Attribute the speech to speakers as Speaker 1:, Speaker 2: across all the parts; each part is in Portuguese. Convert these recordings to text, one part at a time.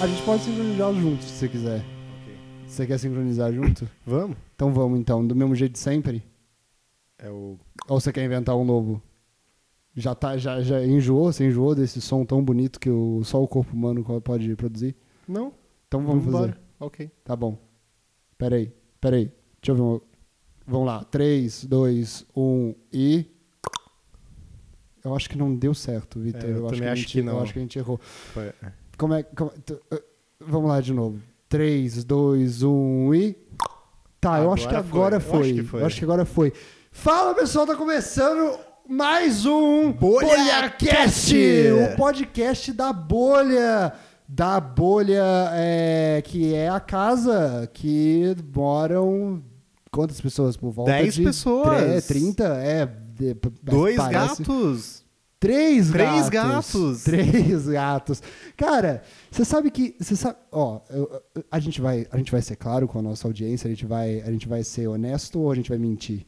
Speaker 1: A gente pode sincronizar juntos se você quiser.
Speaker 2: Ok.
Speaker 1: Você quer sincronizar junto?
Speaker 2: Vamos?
Speaker 1: Então vamos então, do mesmo jeito de sempre.
Speaker 2: É o.
Speaker 1: Ou você quer inventar um novo? Já tá, já, já enjoou? Você enjoou desse som tão bonito que o, só o corpo humano co- pode produzir?
Speaker 2: Não?
Speaker 1: Então vamos, fazer.
Speaker 2: embora. Ok.
Speaker 1: Tá bom. Peraí, peraí. Deixa eu ver uma... Vamos lá. 3, 2, 1 e. Eu acho que não deu certo, Vitor.
Speaker 2: É, eu
Speaker 1: acho
Speaker 2: também
Speaker 1: a
Speaker 2: acho
Speaker 1: gente-
Speaker 2: que não.
Speaker 1: Eu acho que a gente errou.
Speaker 2: Foi- é.
Speaker 1: Como é, como é- tu- eh, vamos lá de novo. 3, 2, 1 e. Tá, eu acho que
Speaker 2: Agora
Speaker 1: agora
Speaker 2: foi.
Speaker 1: foi.
Speaker 2: Eu acho que foi.
Speaker 1: Eu acho que agora foi. Fala pessoal, tá começando mais um
Speaker 2: BolhaCast!
Speaker 1: o podcast da bolha. Da bolha é, que é a casa que moram. Quantas pessoas por volta?
Speaker 2: Dez
Speaker 1: de
Speaker 2: pessoas.
Speaker 1: tre- 30? É. de-
Speaker 2: Dois
Speaker 1: parece-
Speaker 2: gatos?
Speaker 1: Três,
Speaker 2: Três gatos.
Speaker 1: gatos. Três gatos. Cara, você sabe que. Você sabe. Ó, eu- eu- a gente, vai, a gente vai ser claro com a nossa audiência, a gente vai, a gente vai ser honesto ou a gente vai mentir?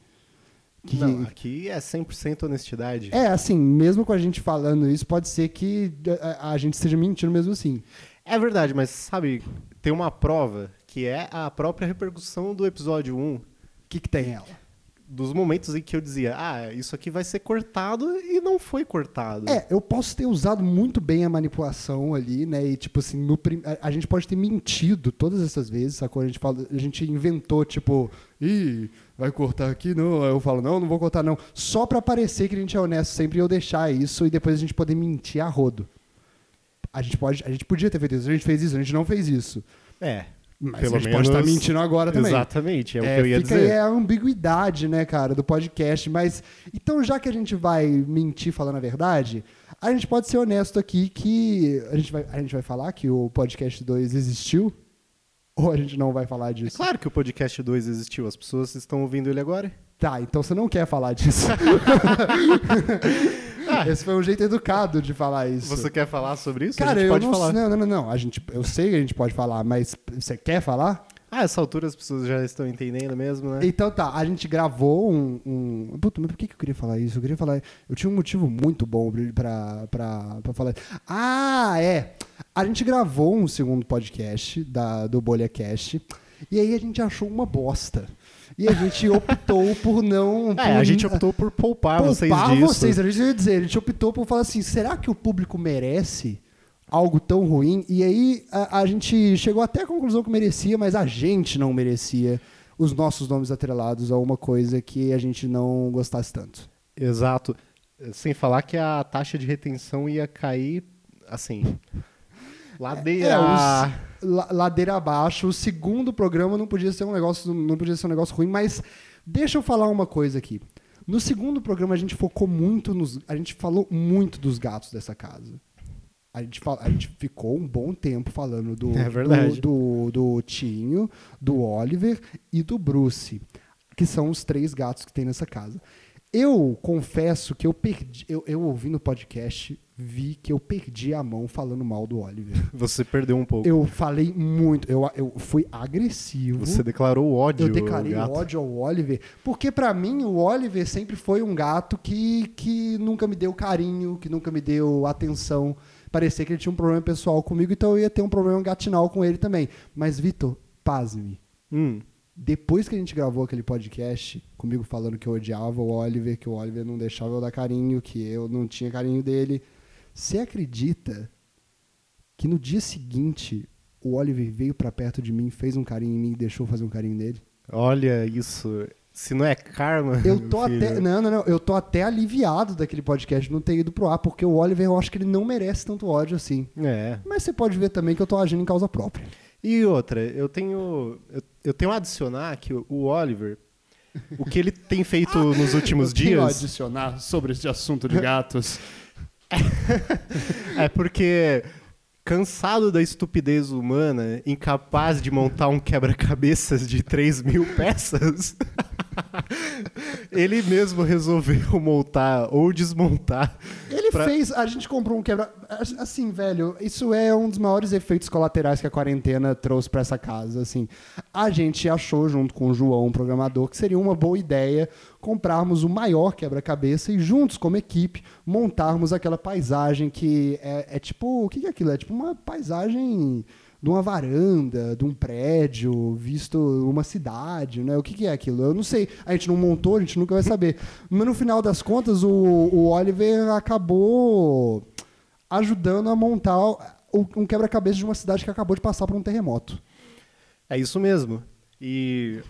Speaker 1: Que-
Speaker 2: Não, aqui é 100% honestidade.
Speaker 1: É, assim, mesmo com a gente falando isso, pode ser que a, a gente esteja mentindo mesmo assim.
Speaker 2: É verdade, mas sabe, tem uma prova que é a própria repercussão do episódio 1,
Speaker 1: O que, que tem ela?
Speaker 2: dos momentos em que eu dizia, ah, isso aqui vai ser cortado e não foi cortado.
Speaker 1: É, eu posso ter usado muito bem a manipulação ali, né? E, tipo assim, no prim... a, a gente pode ter mentido todas essas vezes, sacou? A gente, fala, a gente inventou, tipo, ih, vai cortar aqui? Não. Aí eu falo, não, não vou cortar, não. Só pra parecer que a gente é honesto sempre e eu deixar isso e depois a gente poder mentir a rodo. A gente, pode, a gente podia ter feito isso, a gente fez isso, a gente não fez isso.
Speaker 2: É.
Speaker 1: Mas a gente pode estar mentindo agora também.
Speaker 2: Exatamente, é, o que eu ia
Speaker 1: fica
Speaker 2: dizer.
Speaker 1: aí a ambiguidade, né, cara, do podcast. Mas então, já que a gente vai mentir falando a verdade, a gente pode ser honesto aqui que a gente vai, a gente vai falar que o podcast 2 existiu? Ou a gente não vai falar
Speaker 2: É
Speaker 1: disso?
Speaker 2: claro que o podcast 2 existiu, as pessoas estão ouvindo ele agora.
Speaker 1: Tá, então você não quer falar disso. Esse foi um jeito educado de falar isso.
Speaker 2: Você quer falar sobre isso? a
Speaker 1: Cara,
Speaker 2: gente
Speaker 1: eu
Speaker 2: pode
Speaker 1: não,
Speaker 2: falar.
Speaker 1: não, não, não, não. A gente, eu sei que a gente pode falar, mas você quer falar?
Speaker 2: Ah, essa altura as pessoas já estão entendendo mesmo, né?
Speaker 1: Então tá, a gente gravou um. um... Puta, mas por que, que eu queria falar isso? Eu queria falar. Eu tinha um motivo muito bom pra, pra, pra falar. Ah, é! A gente gravou um segundo podcast da, do BolhaCast. E aí a gente achou uma bosta. E a gente optou por não. por
Speaker 2: É, a gente optou por poupar, vocês
Speaker 1: poupar
Speaker 2: disso.
Speaker 1: vocês. A gente ia dizer, a gente optou por falar assim, será que o público merece algo tão ruim? E aí a, a gente chegou até a conclusão que merecia, mas a gente não merecia os nossos nomes atrelados a uma coisa que a gente não gostasse tanto.
Speaker 2: Exato. Sem falar que a taxa de retenção ia cair, assim, ladeira.
Speaker 1: É, os- la- ladeira abaixo. O segundo programa não podia ser um negócio, não podia ser um negócio ruim, mas deixa eu falar uma coisa aqui. No segundo programa a gente focou muito nos, a gente falou muito dos gatos dessa casa. A gente, fala, a gente ficou um bom tempo falando do,
Speaker 2: É verdade.
Speaker 1: do, do, do Tinho, do Oliver e do Bruce, que são os três gatos que tem nessa casa. Eu confesso que eu perdi, eu, eu ouvi no podcast, vi que eu perdi a mão falando mal do Oliver.
Speaker 2: Você perdeu um pouco.
Speaker 1: Eu falei muito, eu, eu fui agressivo.
Speaker 2: Você declarou ódio.
Speaker 1: eu declarei
Speaker 2: ao gato.
Speaker 1: ódio ao Oliver, porque pra mim o Oliver sempre foi um gato que, que nunca me deu carinho, que nunca me deu atenção. Parecia que ele tinha um problema pessoal comigo, então eu ia ter um problema gatinal com ele também. Mas, Vitor, pasme.
Speaker 2: Hum.
Speaker 1: Depois que a gente gravou aquele podcast, comigo falando que eu odiava o Oliver, que o Oliver não deixava eu dar carinho, que eu não tinha carinho dele. Você acredita que no dia seguinte o Oliver veio pra perto de mim, fez um carinho em mim e deixou eu fazer um carinho nele?
Speaker 2: Olha isso. Se não é karma.
Speaker 1: Eu tô
Speaker 2: filho.
Speaker 1: até. Não, não, não. Eu tô até aliviado daquele podcast não ter ido pro ar, porque o Oliver eu acho que ele não merece tanto ódio assim.
Speaker 2: É.
Speaker 1: Mas você pode ver também que eu tô agindo em causa própria.
Speaker 2: E outra, eu tenho. Eu, eu tenho a adicionar que o- o Oliver, o que ele tem feito nos
Speaker 1: Ah,
Speaker 2: últimos
Speaker 1: Eu tenho a
Speaker 2: dias.
Speaker 1: adicionar sobre esse assunto de gatos.
Speaker 2: É porque cansado da estupidez humana, incapaz de montar um quebra-cabeças de 3 mil peças, ele mesmo resolveu montar ou desmontar.
Speaker 1: Ele
Speaker 2: Pra-
Speaker 1: fez. A gente comprou um quebra. Assim, velho, isso é um dos maiores efeitos colaterais que a quarentena trouxe pra essa casa. Assim, a gente achou, junto com o João, um programador, que seria uma boa ideia comprarmos o maior quebra-cabeça e, juntos, como equipe, montarmos aquela paisagem que é, é tipo. O que que é aquilo? É tipo uma paisagem. de uma varanda, de um prédio, visto uma cidade, né? O que, que é aquilo? Eu não sei. A gente não montou, a gente nunca vai saber. Mas no final das contas, o, o Oliver acabou ajudando a montar o- um quebra-cabeça de uma cidade que acabou de passar por um terremoto.
Speaker 2: É isso mesmo. E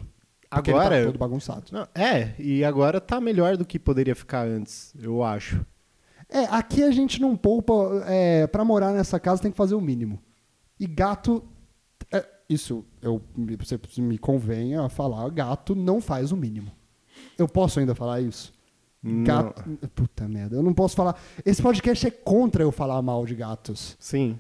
Speaker 1: Porque
Speaker 2: agora.
Speaker 1: ele tá todo bagunçado.
Speaker 2: Não, é, e agora tá melhor do que poderia ficar antes, eu acho.
Speaker 1: É, aqui a gente não poupa. É, para morar nessa casa tem que fazer o mínimo. E gato. é, isso eu, me- você me convém a falar, gato não faz o mínimo. Eu posso ainda falar isso?
Speaker 2: Não.
Speaker 1: Gato. Puta merda, eu não posso falar. Esse podcast é contra eu falar mal de gatos.
Speaker 2: Sim.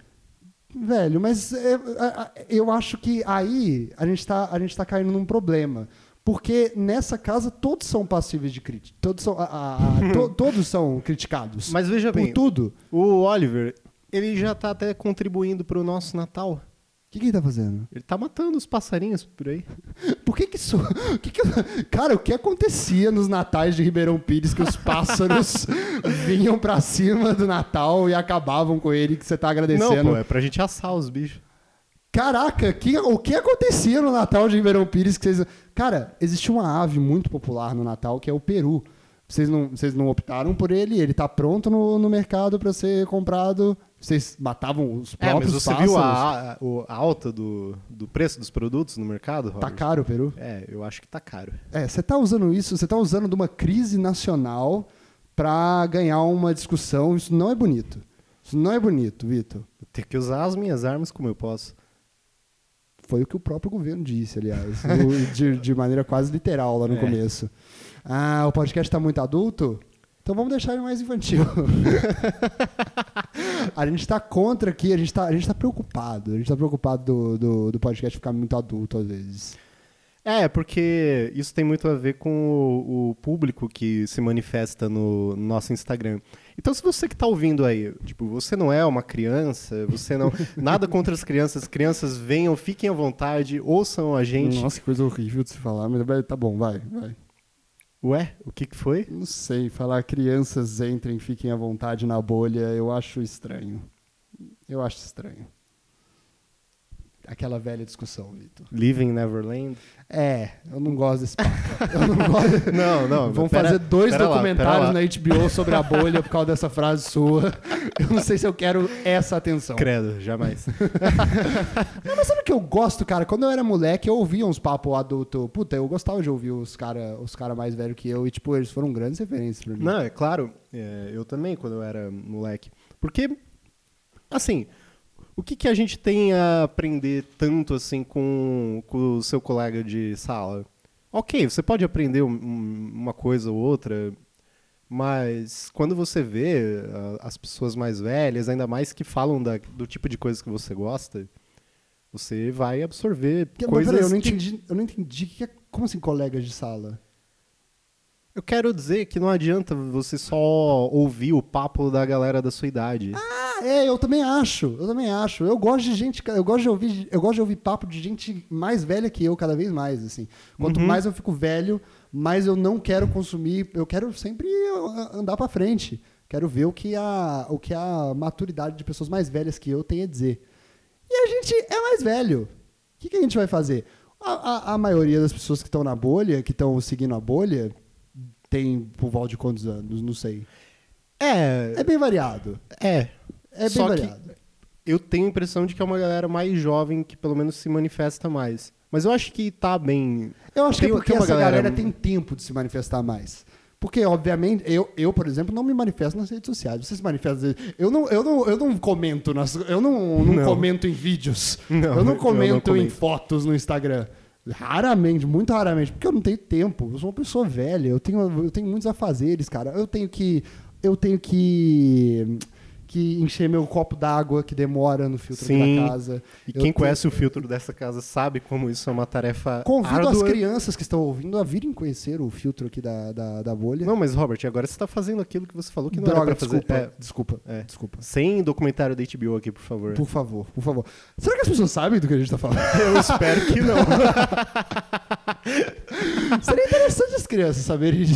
Speaker 1: Velho, mas é, a- a- eu acho que aí a gente, tá, a gente tá caindo num problema. Porque nessa casa todos são passíveis de crítica. Todos são, a- a- a- to- todos são criticados.
Speaker 2: Mas veja
Speaker 1: por
Speaker 2: bem,
Speaker 1: tudo.
Speaker 2: o Oliver, ele já tá até contribuindo pro nosso Natal.
Speaker 1: O que, que ele tá fazendo?
Speaker 2: Ele tá matando os passarinhos por aí.
Speaker 1: Tá Por que que isso... o que que- Cara, o que acontecia nos natais de Ribeirão Pires que os pássaros vinham pra cima do Natal e acabavam com ele que você tá agradecendo?
Speaker 2: Não, pô, é pra gente assar os bichos.
Speaker 1: Caraca, que- o que acontecia no Natal de Ribeirão Pires que vocês... Cara, existe uma ave muito popular no Natal que é o peru. Vocês não, vocês não optaram por ele, ele tá pronto no, no mercado pra ser comprado. Vocês matavam os
Speaker 2: É,
Speaker 1: próprios
Speaker 2: mas você
Speaker 1: pássaros.
Speaker 2: viu a, a- o- a alta do, do preço dos produtos no mercado,
Speaker 1: Tá
Speaker 2: Robert?
Speaker 1: caro o peru?
Speaker 2: É, eu acho que tá caro.
Speaker 1: É, você tá usando isso, você tá usando de uma crise nacional pra ganhar uma discussão. Isso não é bonito. Isso não é bonito, Vitor.
Speaker 2: Eu tenho que usar as minhas armas como eu posso.
Speaker 1: Foi o que o próprio governo disse, aliás, no- de, de maneira quase literal lá no
Speaker 2: É.
Speaker 1: começo. Ah, o podcast tá muito adulto? Então vamos deixar ele mais infantil. a gente tá contra aqui, a gente tá, a gente tá preocupado. A gente tá preocupado do, do, do podcast ficar muito adulto às vezes.
Speaker 2: É, porque isso tem muito a ver com o, o público que se manifesta no, no nosso Instagram. Então, se você que tá ouvindo aí, tipo, você não é uma criança, você não. nada contra as crianças. Crianças venham, fiquem à vontade, ouçam a gente.
Speaker 1: Nossa, que coisa horrível de se falar, mas tá bom, vai, vai.
Speaker 2: Ué, o que que foi?
Speaker 1: Não sei, falar crianças entrem, fiquem à vontade na bolha, eu acho estranho. Eu acho estranho. Aquela velha discussão, Vitor.
Speaker 2: Living Neverland?
Speaker 1: É, eu não gosto desse papo. Eu não gosto.
Speaker 2: Não, não.
Speaker 1: Vão
Speaker 2: pera-
Speaker 1: fazer dois
Speaker 2: pera lá,
Speaker 1: documentários
Speaker 2: pera lá.
Speaker 1: na HBO sobre a bolha por causa dessa frase sua. Eu não sei se eu quero essa atenção.
Speaker 2: Credo, jamais.
Speaker 1: Não, mas sabe o que eu gosto, cara? Quando eu era moleque, eu ouvia uns papos adulto. Puta, eu gostava de ouvir os caras os cara mais velhos que eu. E, tipo, eles foram grandes referências pra mim.
Speaker 2: Não, é claro, é, eu também quando eu era moleque. Porque, assim, o que, que a gente tem a aprender tanto assim com, com o seu colega de sala? Ok, você pode aprender um- um- uma coisa ou outra, mas quando você vê a- as pessoas mais velhas, ainda mais que falam da- do tipo de coisa que você gosta, você vai absorver
Speaker 1: Que- mas
Speaker 2: coisas.
Speaker 1: peraí, eu não
Speaker 2: que-
Speaker 1: entendi, eu não entendi o que é, como assim colegas de sala?
Speaker 2: Eu quero dizer que não adianta você só ouvir o papo da galera da sua idade.
Speaker 1: Ah, é, eu também acho. Eu também acho. Eu gosto de gente, eu gosto de ouvir, eu gosto de ouvir papo de gente mais velha que eu cada vez mais, assim. Quanto mais eu fico velho, mais eu não quero consumir, eu quero sempre ah, andar pra frente. Quero ver o que a o que a maturidade de pessoas mais velhas que eu tem a dizer. E a gente é mais velho. O que, que a gente vai fazer? A, a- a maioria das pessoas que estão na bolha, que estão seguindo a bolha, tem por volta de quantos anos? Não sei. É
Speaker 2: É,
Speaker 1: bem variado.
Speaker 2: é.
Speaker 1: É bem
Speaker 2: Só que
Speaker 1: variado.
Speaker 2: eu tenho a impressão de que é uma galera mais jovem que pelo menos se manifesta mais. Mas eu acho que tá bem.
Speaker 1: Eu acho que é
Speaker 2: Tem-
Speaker 1: porque
Speaker 2: tem uma
Speaker 1: essa galera...
Speaker 2: galera-
Speaker 1: tem tempo de se manifestar mais. Porque, obviamente, eu, eu, por exemplo, não me manifesto nas redes sociais. Você se manifesta. nas redes- Eu não, eu não, eu não comento nas, eu não, não
Speaker 2: Não.
Speaker 1: comento em vídeos.
Speaker 2: Não,
Speaker 1: eu
Speaker 2: eu
Speaker 1: não
Speaker 2: não
Speaker 1: comento em
Speaker 2: comento.
Speaker 1: fotos no Instagram. Raramente, muito raramente, porque eu não tenho tempo. Eu sou uma pessoa velha, eu tenho, eu tenho muitos afazeres, cara. Eu tenho que. Eu tenho que. que encher meu copo d'água que demora no filtro
Speaker 2: Sim.
Speaker 1: da casa.
Speaker 2: E
Speaker 1: Eu
Speaker 2: quem
Speaker 1: tenho-
Speaker 2: conhece o filtro dessa casa sabe como isso é uma tarefa.
Speaker 1: Convido
Speaker 2: árdua.
Speaker 1: as crianças que estão ouvindo a virem conhecer o filtro aqui da, da, da bolha.
Speaker 2: Não, mas Robert, agora você tá fazendo aquilo que você falou que não
Speaker 1: Droga,
Speaker 2: era pra fazer.
Speaker 1: desculpa,
Speaker 2: É,
Speaker 1: desculpa,
Speaker 2: é.
Speaker 1: desculpa.
Speaker 2: sem documentário da HBO aqui, por favor.
Speaker 1: Por favor, por favor. Será que as pessoas sabem do que a gente tá falando?
Speaker 2: Eu espero que não.
Speaker 1: Seria interessante as crianças saberem. de-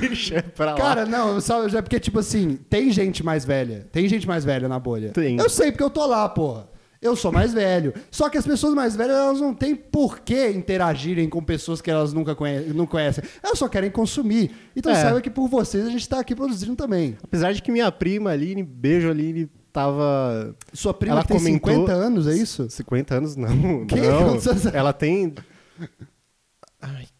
Speaker 2: puxa pra lá.
Speaker 1: Cara, não, só já porque, tipo assim, tem gente mais velha. Tem gente mais velha na bolha.
Speaker 2: Tem.
Speaker 1: Eu sei, porque eu tô lá, porra. Eu sou mais velho. Só que as pessoas mais velhas, elas não têm por que interagirem com pessoas que elas nunca conhe- não conhecem. Elas só querem consumir. Então
Speaker 2: É.
Speaker 1: saiba que por vocês a gente tá aqui produzindo também.
Speaker 2: Apesar de que minha prima Aline, beijo Aline, tava.
Speaker 1: Sua prima
Speaker 2: Ela
Speaker 1: tem
Speaker 2: comentou-
Speaker 1: 50 anos, é isso?
Speaker 2: 50 anos? Não.
Speaker 1: Que?
Speaker 2: não.
Speaker 1: Quantos anos?
Speaker 2: Ela tem.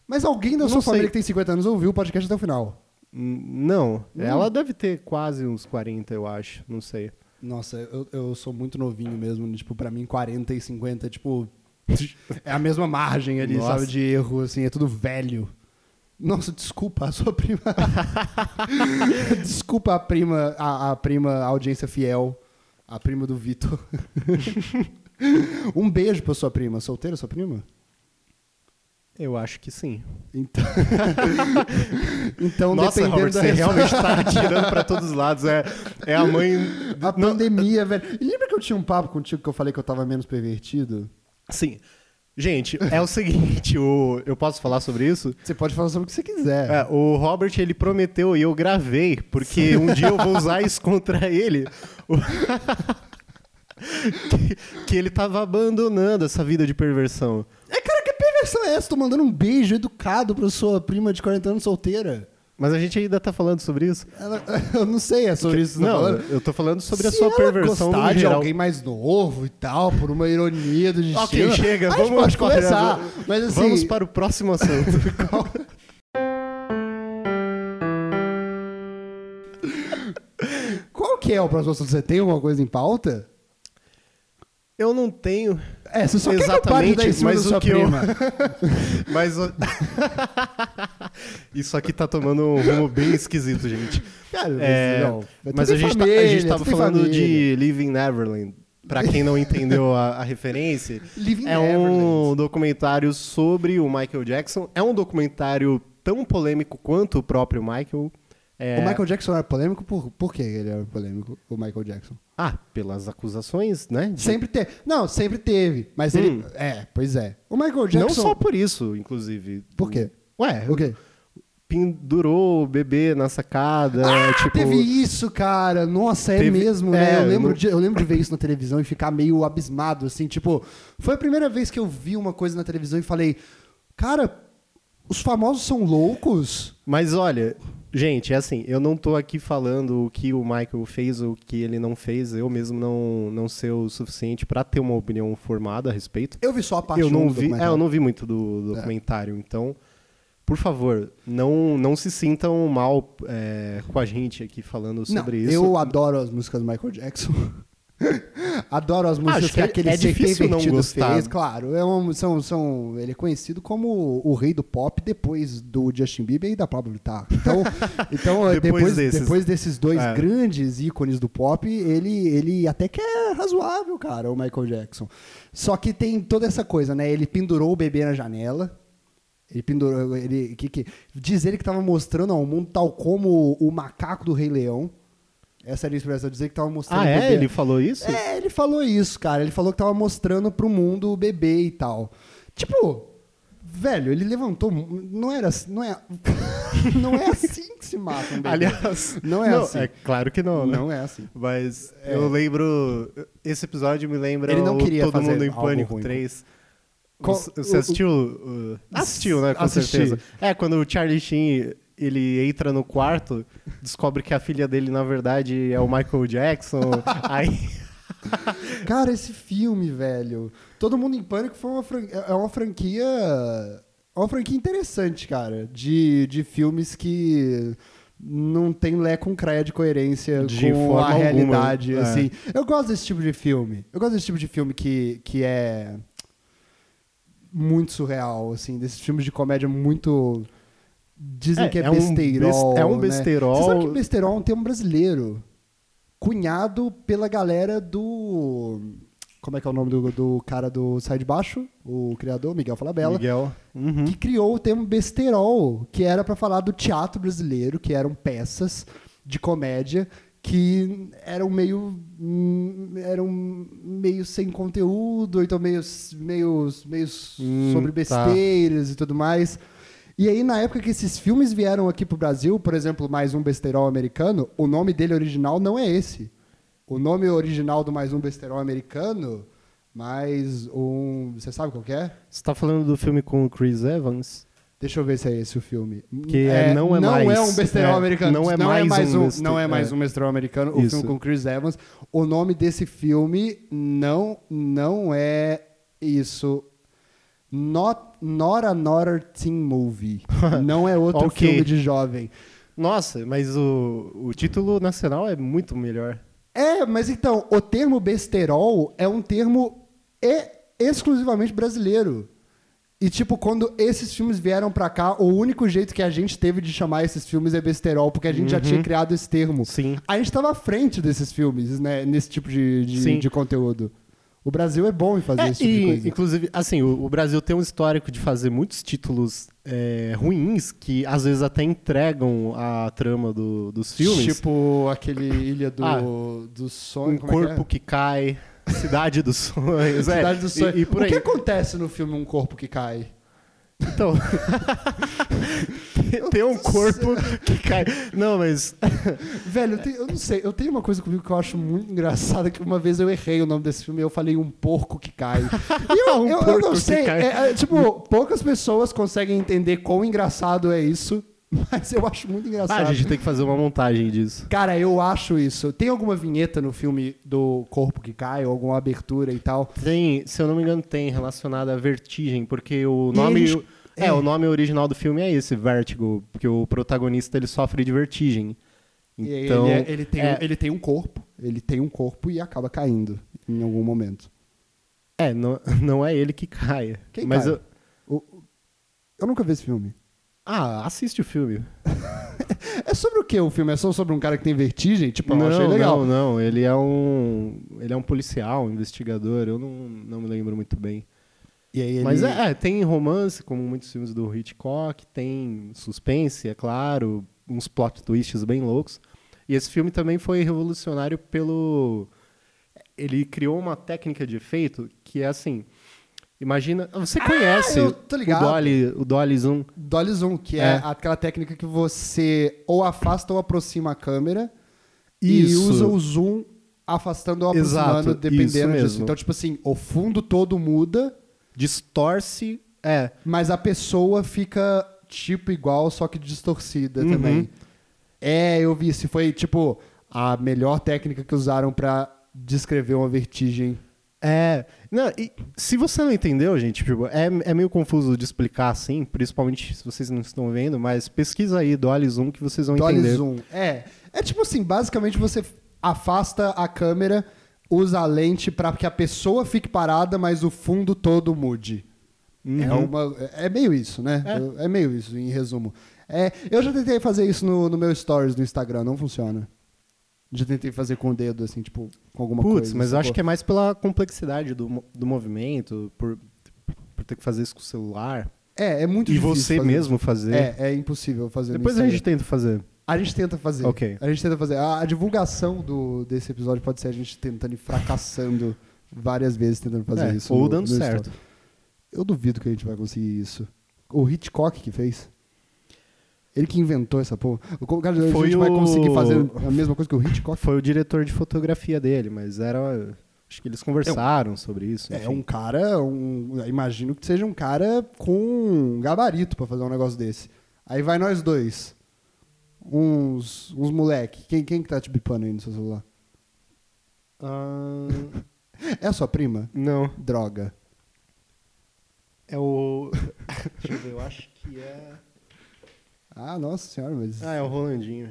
Speaker 1: Mas alguém da
Speaker 2: Não
Speaker 1: sua
Speaker 2: sei.
Speaker 1: família que tem 50 anos ouviu o podcast até o final.
Speaker 2: Hum, Não. Ela deve ter quase uns 40, eu acho. Não sei.
Speaker 1: Nossa, eu, eu sou muito novinho mesmo. né? Tipo, pra mim, 40 e 50, tipo. É a mesma margem ali,
Speaker 2: Nossa.
Speaker 1: sabe? De erro, assim, é tudo velho. Nossa, desculpa, a sua prima. desculpa a prima, a, a prima audiência fiel, a prima do Vitor. um beijo pra sua prima. Solteira, sua prima?
Speaker 2: Eu acho que sim.
Speaker 1: Então. então,
Speaker 2: Nossa,
Speaker 1: dependendo
Speaker 2: Robert,
Speaker 1: da
Speaker 2: você realmente tá atirando pra todos os lados. É, é a mãe.
Speaker 1: A pandemia, velho. E lembra que eu tinha um papo contigo que eu falei que eu tava menos pervertido?
Speaker 2: Sim. Gente, é o seguinte, o... eu posso falar sobre isso?
Speaker 1: Você pode falar sobre o que você quiser.
Speaker 2: É, o Robert, ele prometeu e eu gravei, porque um dia eu vou usar isso contra ele. O- que, que ele tava abandonando essa vida de perversão.
Speaker 1: É, cara, que perversão é essa? Tô mandando um beijo educado pra sua prima de 40 anos solteira.
Speaker 2: Mas a gente ainda tá falando sobre isso?
Speaker 1: Ela- eu não sei, é sobre isso que você tá
Speaker 2: Não,
Speaker 1: falando.
Speaker 2: eu tô falando sobre a
Speaker 1: Se
Speaker 2: sua
Speaker 1: ela
Speaker 2: perversão
Speaker 1: gostar
Speaker 2: no
Speaker 1: de
Speaker 2: geral.
Speaker 1: alguém mais novo e tal, por uma ironia do destino.
Speaker 2: Ok, chega,
Speaker 1: a gente
Speaker 2: vamos
Speaker 1: pode
Speaker 2: para-
Speaker 1: conversar. Mas assim,
Speaker 2: Vamos para o próximo assunto.
Speaker 1: qual que é o próximo assunto? Você tem alguma coisa em pauta?
Speaker 2: eu não tenho,
Speaker 1: É, você só quer que eu pare de
Speaker 2: Exatamente,
Speaker 1: dar em cima
Speaker 2: mas
Speaker 1: da
Speaker 2: o
Speaker 1: sua
Speaker 2: que eu-
Speaker 1: prima.
Speaker 2: mas... o- isso aqui tá tomando um rumo bem esquisito, gente.
Speaker 1: Cara,
Speaker 2: É,
Speaker 1: não, tu
Speaker 2: mas
Speaker 1: tem
Speaker 2: a gente, tá- a
Speaker 1: família,
Speaker 2: gente
Speaker 1: tu
Speaker 2: tava
Speaker 1: tem
Speaker 2: falando
Speaker 1: família.
Speaker 2: de Living Neverland. Pra quem não entendeu a, a referência,
Speaker 1: Living
Speaker 2: é um
Speaker 1: Neverland.
Speaker 2: documentário sobre o Michael Jackson. É um documentário tão polêmico quanto o próprio Michael. É,
Speaker 1: O Michael Jackson era polêmico, por, por que ele era polêmico, o Michael Jackson?
Speaker 2: Ah, pelas acusações, né? de- Hum.
Speaker 1: Sempre teve. Não, sempre teve. Mas ele. É, pois é. O Michael Jackson.
Speaker 2: Não só por isso, inclusive.
Speaker 1: Por quê?
Speaker 2: Ué,
Speaker 1: O quê?
Speaker 2: pendurou o bebê na sacada. tipo,
Speaker 1: Ah, Teve isso, cara. Nossa, é
Speaker 2: Teve-
Speaker 1: mesmo,
Speaker 2: é,
Speaker 1: né? Eu
Speaker 2: eu
Speaker 1: lembro,
Speaker 2: não-
Speaker 1: de, eu lembro de ver isso na televisão e ficar meio abismado, assim. Tipo, foi a primeira vez que eu vi uma coisa na televisão e falei, cara, os famosos são loucos?
Speaker 2: Mas olha, gente, é assim, eu não tô aqui falando o que o Michael fez ou o que ele não fez, eu mesmo não, não sei o suficiente pra ter uma opinião formada a respeito.
Speaker 1: Eu vi só a parte
Speaker 2: Eu não
Speaker 1: um do
Speaker 2: vi, é,
Speaker 1: documentário.
Speaker 2: eu não vi muito do documentário, então, por favor, não, não se sintam mal é, com a gente aqui falando sobre
Speaker 1: Não,
Speaker 2: isso.
Speaker 1: Eu adoro as músicas do Michael Jackson. adoro as músicas
Speaker 2: Acho
Speaker 1: que,
Speaker 2: que é-
Speaker 1: aquele
Speaker 2: é
Speaker 1: ser
Speaker 2: difícil não
Speaker 1: pervertido
Speaker 2: gostar.
Speaker 1: fez. Claro, é um- são, são, ele é conhecido como o rei do pop depois do Justin Bieber e da Pablo Vittar. Então, então depois, depois, desses.
Speaker 2: Depois desses.
Speaker 1: dois
Speaker 2: É.
Speaker 1: grandes ícones do pop, ele, ele até que é razoável, cara, o Michael Jackson. Só que tem toda essa coisa, né? Ele pendurou o bebê na janela. Ele pendurou. Ele, que, que, diz ele que estava mostrando ao mundo tal como o macaco do Rei Leão. Essa era a expressão, dizer que estava mostrando
Speaker 2: Ah,
Speaker 1: o
Speaker 2: é?
Speaker 1: bebê.
Speaker 2: Ele falou isso?
Speaker 1: É, ele falou isso, cara. Ele falou que tava mostrando pro mundo o bebê e tal. Tipo, velho, ele levantou. Não era assim. Não é, não é assim que se mata um bebê.
Speaker 2: Aliás,
Speaker 1: Não é assim.
Speaker 2: É claro que não, né?
Speaker 1: não é assim.
Speaker 2: Mas
Speaker 1: É.
Speaker 2: eu lembro. Esse episódio me lembra
Speaker 1: Ele não
Speaker 2: o
Speaker 1: queria
Speaker 2: Todo
Speaker 1: fazer
Speaker 2: Mundo em
Speaker 1: algo
Speaker 2: Pânico
Speaker 1: ruim.
Speaker 2: 3.
Speaker 1: Qual-
Speaker 2: você, você
Speaker 1: o-
Speaker 2: assistiu? o- assistiu, né? Com
Speaker 1: Assisti.
Speaker 2: certeza. É, quando o Charlie Sheen ele entra no quarto, descobre que a filha dele, na verdade, é o Michael Jackson. aí.
Speaker 1: Cara, esse filme, velho. Todo mundo em pânico foi uma fran- é uma franquia. É uma franquia interessante, cara. De, de filmes que não tem lé com creia de coerência
Speaker 2: De
Speaker 1: com
Speaker 2: forma
Speaker 1: a
Speaker 2: alguma,
Speaker 1: realidade.
Speaker 2: é.
Speaker 1: Assim. Eu gosto desse tipo de filme. Eu gosto desse tipo de filme que, que é muito surreal, assim, desses filmes de comédia muito. Dizem
Speaker 2: É,
Speaker 1: que é,
Speaker 2: é um
Speaker 1: besteirol.
Speaker 2: bes- é um
Speaker 1: né?
Speaker 2: besteirol.
Speaker 1: Você sabe que besteirol é um termo brasileiro. Cunhado pela galera do. Como é que é o nome do, do cara do Sai de Baixo? O criador, Miguel Falabella.
Speaker 2: Miguel. Uhum.
Speaker 1: Que criou o termo besterol, que era pra falar do teatro brasileiro, que eram peças de comédia que eram meio hum, eram meio sem conteúdo, ou então meio meio, meio
Speaker 2: Hum,
Speaker 1: sobre
Speaker 2: tá.
Speaker 1: besteiras e tudo mais. E aí, na época que esses filmes vieram aqui pro Brasil, por exemplo, mais um besteirol americano, o nome dele original não é esse. O nome original do mais um besteirol americano, mais um. Você sabe qual que é?
Speaker 2: Você tá falando do filme com o Chris Evans?
Speaker 1: Deixa eu ver se é esse o filme.
Speaker 2: Que é Não É
Speaker 1: não
Speaker 2: Mais.
Speaker 1: é um besterol
Speaker 2: É,
Speaker 1: americano.
Speaker 2: Não É Mais um beste-
Speaker 1: Não é mais
Speaker 2: é.
Speaker 1: um besterol americano. O
Speaker 2: Isso.
Speaker 1: filme com Chris Evans. O nome desse filme não, não é isso. Not, not another teen movie. Não é outro
Speaker 2: Ok.
Speaker 1: filme de jovem.
Speaker 2: Nossa, mas o, o título nacional é muito melhor.
Speaker 1: É, mas então, o termo besterol é um termo e- exclusivamente brasileiro. E, tipo, quando esses filmes vieram pra cá, o único jeito que a gente teve de chamar esses filmes é besterol, porque a gente já tinha criado esse termo.
Speaker 2: Uhum. Sim.
Speaker 1: A gente tava à frente desses filmes, né? Nesse tipo de, de-
Speaker 2: Sim.
Speaker 1: de conteúdo. O Brasil é bom em fazer
Speaker 2: É,
Speaker 1: esse tipo de
Speaker 2: e,
Speaker 1: coisa.
Speaker 2: inclusive, assim, o, o Brasil tem um histórico de fazer muitos títulos é, ruins que às vezes até entregam a trama do- dos filmes.
Speaker 1: Tipo aquele Ilha do,
Speaker 2: Ah,
Speaker 1: do Sonho.
Speaker 2: um
Speaker 1: como é que é?
Speaker 2: corpo que cai, cidade dos sonhos, é,
Speaker 1: Cidade do Sonho.
Speaker 2: E, e por
Speaker 1: o que
Speaker 2: aí.
Speaker 1: acontece no filme Um Corpo que Cai?
Speaker 2: Então, tem um corpo que cai. Não, mas
Speaker 1: Velho, eu, tenho- eu não sei, eu tenho uma coisa comigo que eu acho muito engraçada, que uma vez eu errei o nome desse filme e eu falei um porco que cai. E eu,
Speaker 2: Um
Speaker 1: eu- eu
Speaker 2: porco
Speaker 1: não
Speaker 2: que
Speaker 1: sei,
Speaker 2: cai.
Speaker 1: é, é, tipo, poucas pessoas conseguem entender quão engraçado é isso, mas eu acho muito
Speaker 2: ah,
Speaker 1: engraçado.
Speaker 2: a gente tem que fazer uma montagem disso.
Speaker 1: Cara, eu acho isso. Tem alguma vinheta no filme do corpo que cai, ou alguma abertura e tal?
Speaker 2: Tem, se eu não me engano, tem relacionada a Vertigem, porque o
Speaker 1: E
Speaker 2: nome.
Speaker 1: eles-
Speaker 2: É,
Speaker 1: é.
Speaker 2: o nome original do filme é esse, Vertigo, porque o protagonista ele sofre de vertigem.
Speaker 1: E aí
Speaker 2: Então,
Speaker 1: ele, ele tem,
Speaker 2: é,
Speaker 1: ele tem um corpo, ele tem um corpo e acaba caindo em algum momento.
Speaker 2: é, não, não é ele que caia.
Speaker 1: Quem
Speaker 2: mas
Speaker 1: cai?
Speaker 2: eu-
Speaker 1: O- eu nunca vi esse filme.
Speaker 2: ah, assiste o filme.
Speaker 1: É sobre o que o filme? É só sobre um cara que tem vertigem? Tipo,
Speaker 2: não,
Speaker 1: eu achei legal.
Speaker 2: não, não, ele é um, ele é um policial, um investigador, eu não, não me lembro muito bem.
Speaker 1: E aí
Speaker 2: Mas é, é, tem romance, como muitos filmes do Hitchcock, tem suspense, é claro, uns plot twists bem loucos. E esse filme também foi revolucionário pelo. Ele criou uma técnica de efeito que é assim. Imagina. Você conhece
Speaker 1: Ah, eu tô ligado.
Speaker 2: o Dolly, o Dolly Zoom?
Speaker 1: Dolly Zoom, que é.
Speaker 2: É.
Speaker 1: aquela técnica que você ou afasta ou aproxima a câmera e
Speaker 2: Isso.
Speaker 1: usa o zoom afastando ou aproximando,
Speaker 2: Exato, isso
Speaker 1: dependendo disso.
Speaker 2: mesmo.
Speaker 1: Então, tipo assim, o fundo todo muda,
Speaker 2: Distorce. É.
Speaker 1: mas a pessoa fica tipo igual, só que distorcida
Speaker 2: Uhum.
Speaker 1: também. É, eu vi isso. Foi, tipo, a melhor técnica que usaram pra descrever uma vertigem.
Speaker 2: É. Não, e se você não entendeu, gente, tipo, é, é meio confuso de explicar assim, principalmente se vocês não estão vendo, mas pesquisa aí Dolly Zoom que vocês vão
Speaker 1: Dolly
Speaker 2: entender.
Speaker 1: zoom. É. É tipo assim, basicamente você afasta a câmera, usa a lente pra que a pessoa fique parada, mas o fundo todo mude. É,
Speaker 2: Uhum.
Speaker 1: uma, é meio isso, né? Eu- É. meio isso, em resumo. É, eu já tentei fazer isso no, no meu stories do Instagram, não funciona. Já tentei fazer com o dedo, assim, tipo, com alguma coisa.
Speaker 2: Putz, mas eu acho
Speaker 1: sacou?
Speaker 2: que é mais pela complexidade do, mo- do movimento, por, por ter que fazer isso com o celular.
Speaker 1: É, é muito
Speaker 2: e
Speaker 1: difícil
Speaker 2: você
Speaker 1: fazer.
Speaker 2: mesmo fazer.
Speaker 1: É, é impossível fazer no
Speaker 2: Depois a gente
Speaker 1: Instagram.
Speaker 2: tenta fazer.
Speaker 1: A gente tenta fazer.
Speaker 2: Ok.
Speaker 1: A gente tenta fazer. A, a divulgação do, desse episódio pode ser a gente tentando e fracassando várias vezes tentando fazer
Speaker 2: É,
Speaker 1: isso.
Speaker 2: ou
Speaker 1: no-
Speaker 2: dando
Speaker 1: no
Speaker 2: certo.
Speaker 1: story. Eu duvido que a gente vai conseguir isso. O Hitchcock que fez. Ele que inventou essa porra. O cara, a
Speaker 2: Foi
Speaker 1: gente vai
Speaker 2: o-
Speaker 1: conseguir fazer a mesma coisa que o Hitchcock.
Speaker 2: Foi o diretor de fotografia dele, mas era. Acho que eles conversaram sobre isso.
Speaker 1: É
Speaker 2: enfim.
Speaker 1: um cara, um, imagino que seja um cara com um gabarito pra fazer um negócio desse. Aí vai nós dois. Uns, uns moleque. Quem, quem que tá te bipando aí no seu celular?
Speaker 2: Ah,
Speaker 1: É a sua prima?
Speaker 2: não.
Speaker 1: Droga.
Speaker 2: É o. Deixa eu ver, eu acho que é.
Speaker 1: Ah, nossa senhora, mas.
Speaker 2: Ah, é o Rolandinho.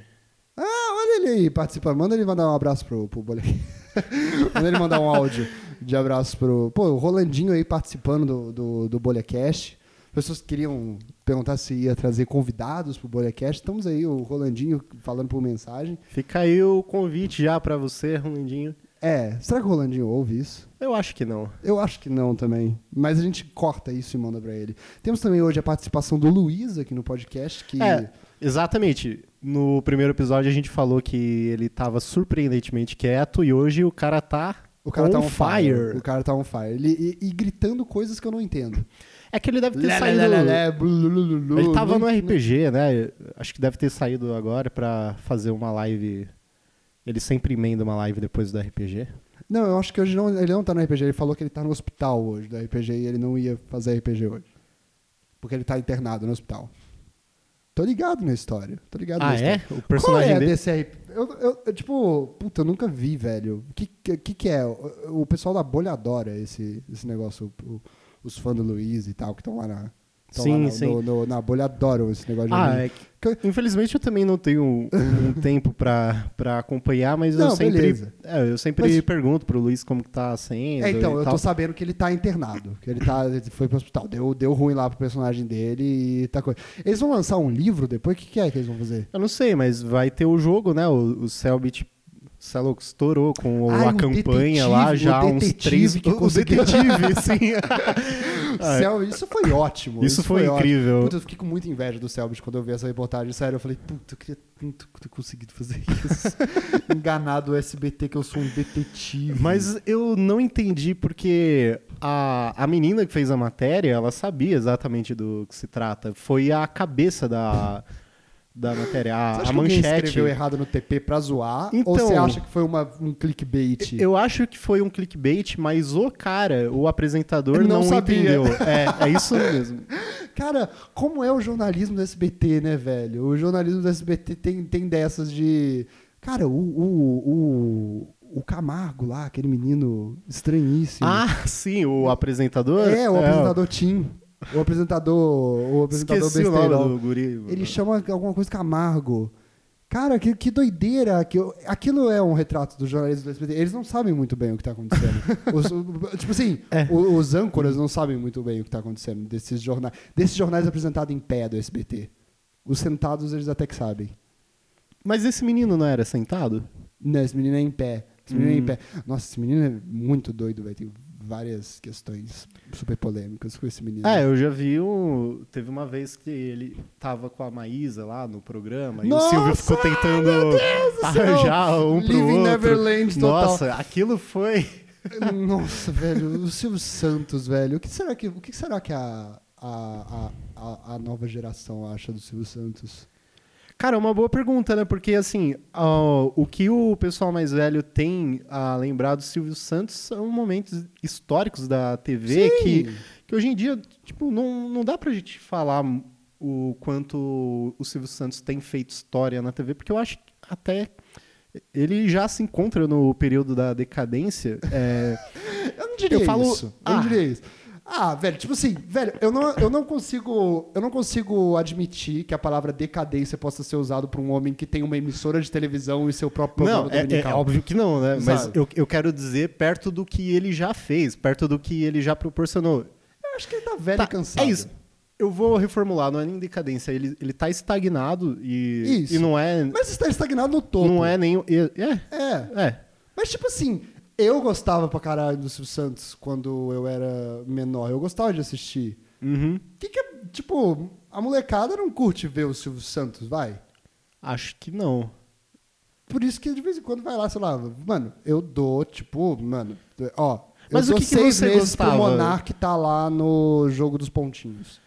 Speaker 1: Ah, olha ele aí, participa. Manda ele mandar um abraço pro, pro Bolequim. Manda ele mandar um áudio de abraço pro. Pô, o Rolandinho aí participando do, do, do Bolecast. Pessoas que queriam perguntar se ia trazer convidados pro Bolecast. Estamos aí, o Rolandinho falando por mensagem.
Speaker 2: Fica aí o convite já pra você, Rolandinho.
Speaker 1: É, será que o Rolandinho ouve isso?
Speaker 2: Eu acho que não.
Speaker 1: Eu acho que não também. Mas a gente corta isso e manda pra ele. Temos também hoje a participação do Luiz aqui no podcast, que.
Speaker 2: É, exatamente. No primeiro episódio a gente falou que ele tava surpreendentemente quieto e hoje o cara tá
Speaker 1: O cara
Speaker 2: on
Speaker 1: tá on fire.
Speaker 2: fire.
Speaker 1: O cara tá on fire. Ele, e, e gritando coisas que eu não entendo.
Speaker 2: É que ele deve ter
Speaker 1: Lé, lé,
Speaker 2: saído.
Speaker 1: lé, lé, lé, É, blu, blu, blu, blu.
Speaker 2: Ele tava no
Speaker 1: Não-
Speaker 2: RPG, né? Acho que deve ter saído agora pra fazer uma live. Ele sempre emenda uma live depois do RPG.
Speaker 1: Não, eu acho que hoje não, ele não tá no RPG. Ele falou que ele tá no hospital hoje do RPG e ele não ia fazer RPG hoje. Porque ele tá internado no hospital. Tô ligado na história. Tô ligado na
Speaker 2: Ah,
Speaker 1: história.
Speaker 2: é? O personagem
Speaker 1: Qual é
Speaker 2: dele?
Speaker 1: desse RP? Eu, eu- eu, tipo, puta, eu nunca vi, velho. O que, que, que que é? O, o pessoal da bolha adora esse, esse negócio. o- o- os fãs do Luiz e tal, que estão lá na. tão
Speaker 2: Sim,
Speaker 1: lá no-
Speaker 2: sim.
Speaker 1: no- no- na bolha adoram esse negócio de
Speaker 2: Ah,
Speaker 1: anime.
Speaker 2: é que- Infelizmente eu também não tenho um, um tempo pra, pra acompanhar, mas eu
Speaker 1: Não,
Speaker 2: sempre,
Speaker 1: beleza.
Speaker 2: é, eu sempre
Speaker 1: Mas-
Speaker 2: pergunto pro Luiz como que tá sendo.
Speaker 1: É, então,
Speaker 2: e
Speaker 1: eu
Speaker 2: tal.
Speaker 1: tô sabendo que ele tá internado. Que ele, tá, ele foi pro hospital. Deu, deu ruim lá pro personagem dele e tá coisa. Eles vão lançar um livro depois? O que, que é que eles vão fazer?
Speaker 2: Eu não sei, mas vai ter o jogo, né? O, o Cellbit Celo estourou com o-
Speaker 1: Ai,
Speaker 2: a
Speaker 1: o
Speaker 2: campanha
Speaker 1: detetive,
Speaker 2: lá já
Speaker 1: o
Speaker 2: há uns
Speaker 1: detetive
Speaker 2: três
Speaker 1: que
Speaker 2: o
Speaker 1: conseguiu.
Speaker 2: detetive, sim. Ah,
Speaker 1: Céu, isso foi ótimo.
Speaker 2: Isso foi
Speaker 1: ótimo.
Speaker 2: incrível.
Speaker 1: Puta, eu fiquei com muita inveja do Selbit quando eu vi essa reportagem. Sério, eu falei, puta, eu queria tanto ter conseguido fazer isso. Enganado o SBT que eu sou um detetive.
Speaker 2: Mas eu não entendi porque a, a menina que fez a matéria, ela sabia exatamente do que se trata. Foi a cabeça da, da
Speaker 1: você
Speaker 2: matéria, a,
Speaker 1: acha
Speaker 2: a
Speaker 1: que alguém
Speaker 2: manchete.
Speaker 1: escreveu errado no TP pra zoar? ou
Speaker 2: Então-
Speaker 1: você acha que foi uma- um clickbait?
Speaker 2: Eu acho que foi um clickbait, mas o cara, o apresentador,
Speaker 1: Ele não
Speaker 2: não,
Speaker 1: sabia.
Speaker 2: entendeu. É, é isso mesmo.
Speaker 1: Cara, como é o jornalismo do SBT, né, velho? O jornalismo do SBT tem, tem dessas de. Cara, o, o, o, o Camargo lá, aquele menino estranhíssimo.
Speaker 2: Ah, sim, o apresentador?
Speaker 1: é, o apresentador Tim. O apresentador. O apresentador
Speaker 2: Esqueci o nome
Speaker 1: besteirol.
Speaker 2: do guri.
Speaker 1: Ele chama alguma coisa Camargo. Cara, que, que doideira. Que eu- aquilo é um retrato dos jornalistas do SBT. Eles não sabem muito bem o que está acontecendo. Os- o- tipo assim,
Speaker 2: É.
Speaker 1: o- os âncoras não sabem muito bem o que está acontecendo desses jornais. Desses jornais apresentados em pé do SBT. Os sentados, eles até que sabem.
Speaker 2: Mas esse menino não era sentado?
Speaker 1: Não, esse menino é em pé. Esse menino é em
Speaker 2: Hum.
Speaker 1: pé. Nossa, esse menino é muito doido, velho. Tem várias questões super polêmicas com esse menino.
Speaker 2: É, eu já vi um. Teve uma vez que ele tava com a Maísa lá no programa e
Speaker 1: Nossa,
Speaker 2: o Silvio ficou tentando
Speaker 1: do céu!
Speaker 2: arranjar um pro
Speaker 1: Living
Speaker 2: outro.
Speaker 1: Neverland total.
Speaker 2: Nossa, aquilo foi.
Speaker 1: Nossa, velho, o Silvio Santos, velho. O que será que, o que, será que a, a, a- a, a nova geração acha do Silvio Santos?
Speaker 2: Cara, é uma boa pergunta, né? Porque, assim, ó, o que o pessoal mais velho tem a lembrar do Silvio Santos são momentos históricos da TV
Speaker 1: Sim.
Speaker 2: que, que hoje em dia, tipo, não, não dá pra gente falar o quanto o Silvio Santos tem feito história na TV, porque eu acho que até ele já se encontra no período da decadência. É,
Speaker 1: Eu não diria
Speaker 2: Eu falo-
Speaker 1: isso. Eu não
Speaker 2: Ah.
Speaker 1: diria isso. Ah, velho, tipo assim, velho, eu não, eu não consigo, eu não consigo admitir que a palavra decadência possa ser usada por um homem que tem uma emissora de televisão e seu próprio programa
Speaker 2: não, é, é
Speaker 1: dominical.
Speaker 2: óbvio que não, né? Mas
Speaker 1: Sabe?
Speaker 2: eu, eu quero dizer perto do que ele já fez, perto do que ele já proporcionou.
Speaker 1: Eu acho que ele tá velho
Speaker 2: Tá,
Speaker 1: e cansado.
Speaker 2: É isso. Eu vou reformular, não é nem decadência, ele, ele tá estagnado e,
Speaker 1: Isso.
Speaker 2: e não é.
Speaker 1: Mas está estagnado no topo.
Speaker 2: Não é nenhum. É,
Speaker 1: É.
Speaker 2: é. é.
Speaker 1: Mas, tipo assim, eu gostava pra caralho do Silvio Santos quando eu era menor. Eu gostava de assistir.
Speaker 2: Uhum.
Speaker 1: Que que é, tipo, a molecada não curte ver o Silvio Santos, vai?
Speaker 2: Acho que não.
Speaker 1: Por isso que de vez em quando vai lá, sei lá, mano, eu dou, tipo, mano, ó.
Speaker 2: Mas
Speaker 1: eu
Speaker 2: o
Speaker 1: dou
Speaker 2: que que
Speaker 1: seis
Speaker 2: você
Speaker 1: meses
Speaker 2: gostava?
Speaker 1: pro Monar que tá lá no jogo dos pontinhos.